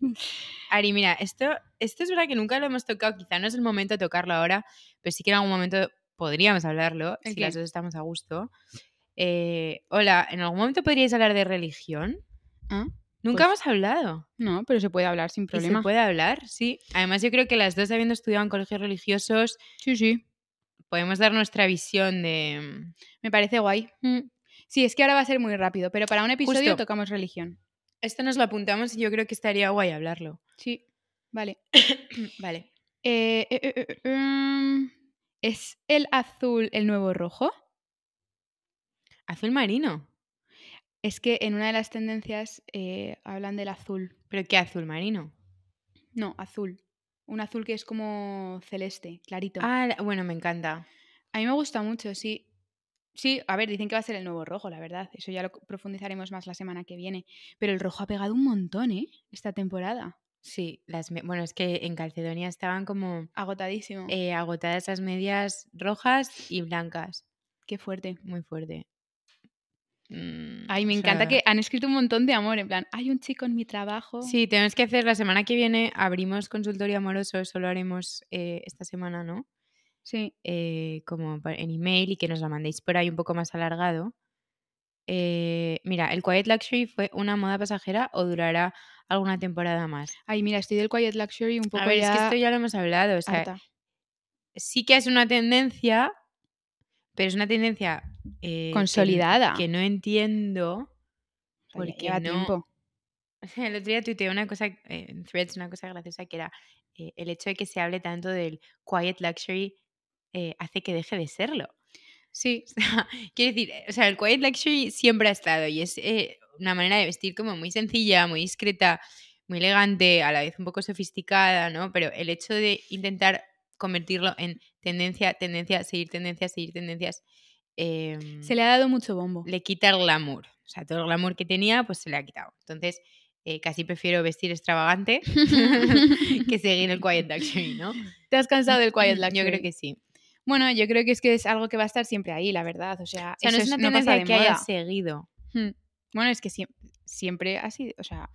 S2: Ari, mira, esto, esto es verdad que nunca lo hemos tocado, quizá no es el momento de tocarlo ahora, pero sí que en algún momento podríamos hablarlo,
S1: ¿El
S2: si
S1: qué?
S2: las dos estamos a gusto. Eh, hola, ¿en algún momento podríais hablar de religión?
S1: Ah,
S2: Nunca
S1: pues,
S2: hemos hablado.
S1: No, pero se puede hablar sin
S2: ¿Y
S1: problema.
S2: se puede hablar? Sí. Además, yo creo que las dos habiendo estudiado en colegios religiosos,
S1: Sí, sí.
S2: podemos dar nuestra visión de... mm,
S1: Me parece guay. Sí, es que ahora va a ser muy rápido, pero para un episodio
S2: Justo.
S1: tocamos religión.
S2: Esto nos lo apuntamos y yo creo que estaría guay hablarlo.
S1: Sí, vale.
S2: Vale.
S1: Eh, eh, eh, eh, em, ¿Es el azul el nuevo rojo?
S2: Azul marino.
S1: Es que en una de las tendencias eh, hablan del azul.
S2: ¿Pero qué azul marino?
S1: No, azul. Un azul que es como celeste, clarito.
S2: Ah, la- bueno, me encanta.
S1: A mí me gusta mucho, sí. Sí, a ver, dicen que va a ser el nuevo rojo, la verdad. Eso ya lo co- profundizaremos más la semana que viene. Pero el rojo ha pegado un montón, ¿eh? Esta temporada.
S2: Sí, las me- bueno, es que en Calcedonia estaban como
S1: Agotadísimo.
S2: eh, agotadas las medias rojas y blancas.
S1: Qué fuerte.
S2: Muy fuerte. Mm,
S1: Ay, me
S2: o
S1: encanta
S2: sea,
S1: que han escrito un montón de amor. En plan, hay un chico en mi trabajo.
S2: Sí, tenemos que hacer la semana que viene, abrimos consultorio amoroso, eso lo haremos eh, esta semana, ¿no?
S1: Sí.
S2: eh, como pa- en email y que nos la mandéis por ahí un poco más alargado. Eh, mira, ¿el Quiet Luxury fue una moda pasajera o durará alguna temporada más?
S1: Ay, mira, estoy del Quiet Luxury un poco
S2: A ver,
S1: ya
S2: es que esto ya lo hemos hablado. O sea,
S1: harta.
S2: sí que es una tendencia, pero es una tendencia eh, que n-
S1: Consolidada.
S2: Que, no entiendo.
S1: Porque
S2: porque
S1: lleva
S2: no-
S1: tiempo.
S2: El otro día tuiteé una cosa, eh, en Threads, una cosa graciosa que era eh, el hecho de que se hable tanto del Quiet Luxury eh, hace que deje de serlo.
S1: Sí,
S2: Quiero decir, eh, o sea, el Quiet Luxury siempre ha estado y es eh, una manera de vestir como muy sencilla, muy discreta, muy elegante, a la vez un poco sofisticada, ¿no? Pero el hecho de intentar convertirlo en tendencia, tendencia, seguir tendencias, seguir tendencias, eh,
S1: Se le ha dado mucho bombo.
S2: le quita el glamour. O sea, todo el glamour que tenía, pues se le ha quitado. Entonces, eh, casi prefiero vestir extravagante que seguir el quiet luxury, ¿no?
S1: ¿Te has cansado del quiet luxury?
S2: Yo creo que sí.
S1: Bueno, yo creo que es que es algo que va a estar siempre ahí, la verdad. O sea,
S2: O sea, no
S1: eso
S2: es una
S1: no pasa
S2: tendencia
S1: de
S2: que haya
S1: moda.
S2: seguido.
S1: Hmm. Bueno, es que siem- siempre ha sido, o sea,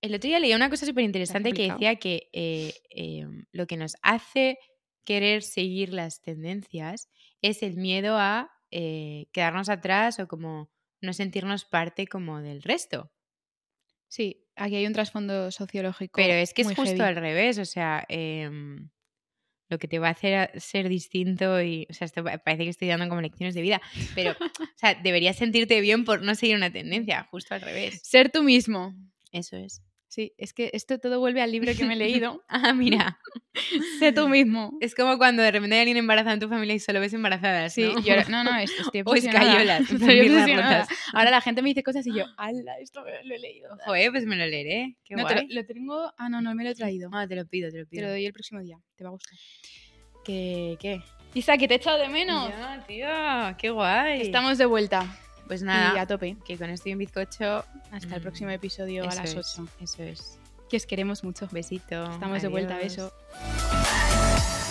S2: El otro día leía una cosa súper interesante que
S1: complicado.
S2: decía que eh, eh, lo que nos hace querer seguir las tendencias es el miedo a eh, quedarnos atrás o como no sentirnos parte como del resto.
S1: sí, aquí hay un trasfondo sociológico.
S2: Pero es que es
S1: muy
S2: justo
S1: heavy.
S2: al revés, o sea, em, lo que te va a hacer a- ser distinto y, o sea, esto pa- parece que estoy dando como lecciones de vida, pero, o sea, deberías sentirte bien por no seguir una tendencia, justo al revés.
S1: Ser tú mismo.
S2: Eso es.
S1: Sí, es que esto todo vuelve al libro que me he leído.
S2: Ah, mira,
S1: sé tú mismo.
S2: es como cuando de repente hay alguien embarazado en tu familia y solo ves embarazadas,
S1: Sí,
S2: ¿no?
S1: yo ahora- no, no, es- estoy
S2: O
S1: obsesionada.
S2: escayolas, en plan,
S1: Estoy
S2: piernas
S1: obsesionada.
S2: rotas.
S1: Ahora la gente me dice cosas y yo, ala, esto me- lo he leído.
S2: Joder, pues me lo leeré, qué
S1: No, te lo,
S2: guay.
S1: lo tengo, ah, no, no me lo he traído.
S2: Ah, te lo pido, te lo
S1: Te
S2: pido.
S1: lo doy el próximo día, te va a gustar.
S2: ¿Qué? ¿Qué?
S1: Isa, que te he echado de menos.
S2: Ya, tío, qué guay.
S1: Estamos de vuelta
S2: Pues
S1: y
S2: nada,
S1: a tope.
S2: que con esto y un bizcocho
S1: Hasta el
S2: Mm,
S1: próximo episodio a las 8.
S2: Es, eso es.
S1: Que os queremos mucho.
S2: Besito.
S1: Estamos de vuelta,
S2: adiós.
S1: beso.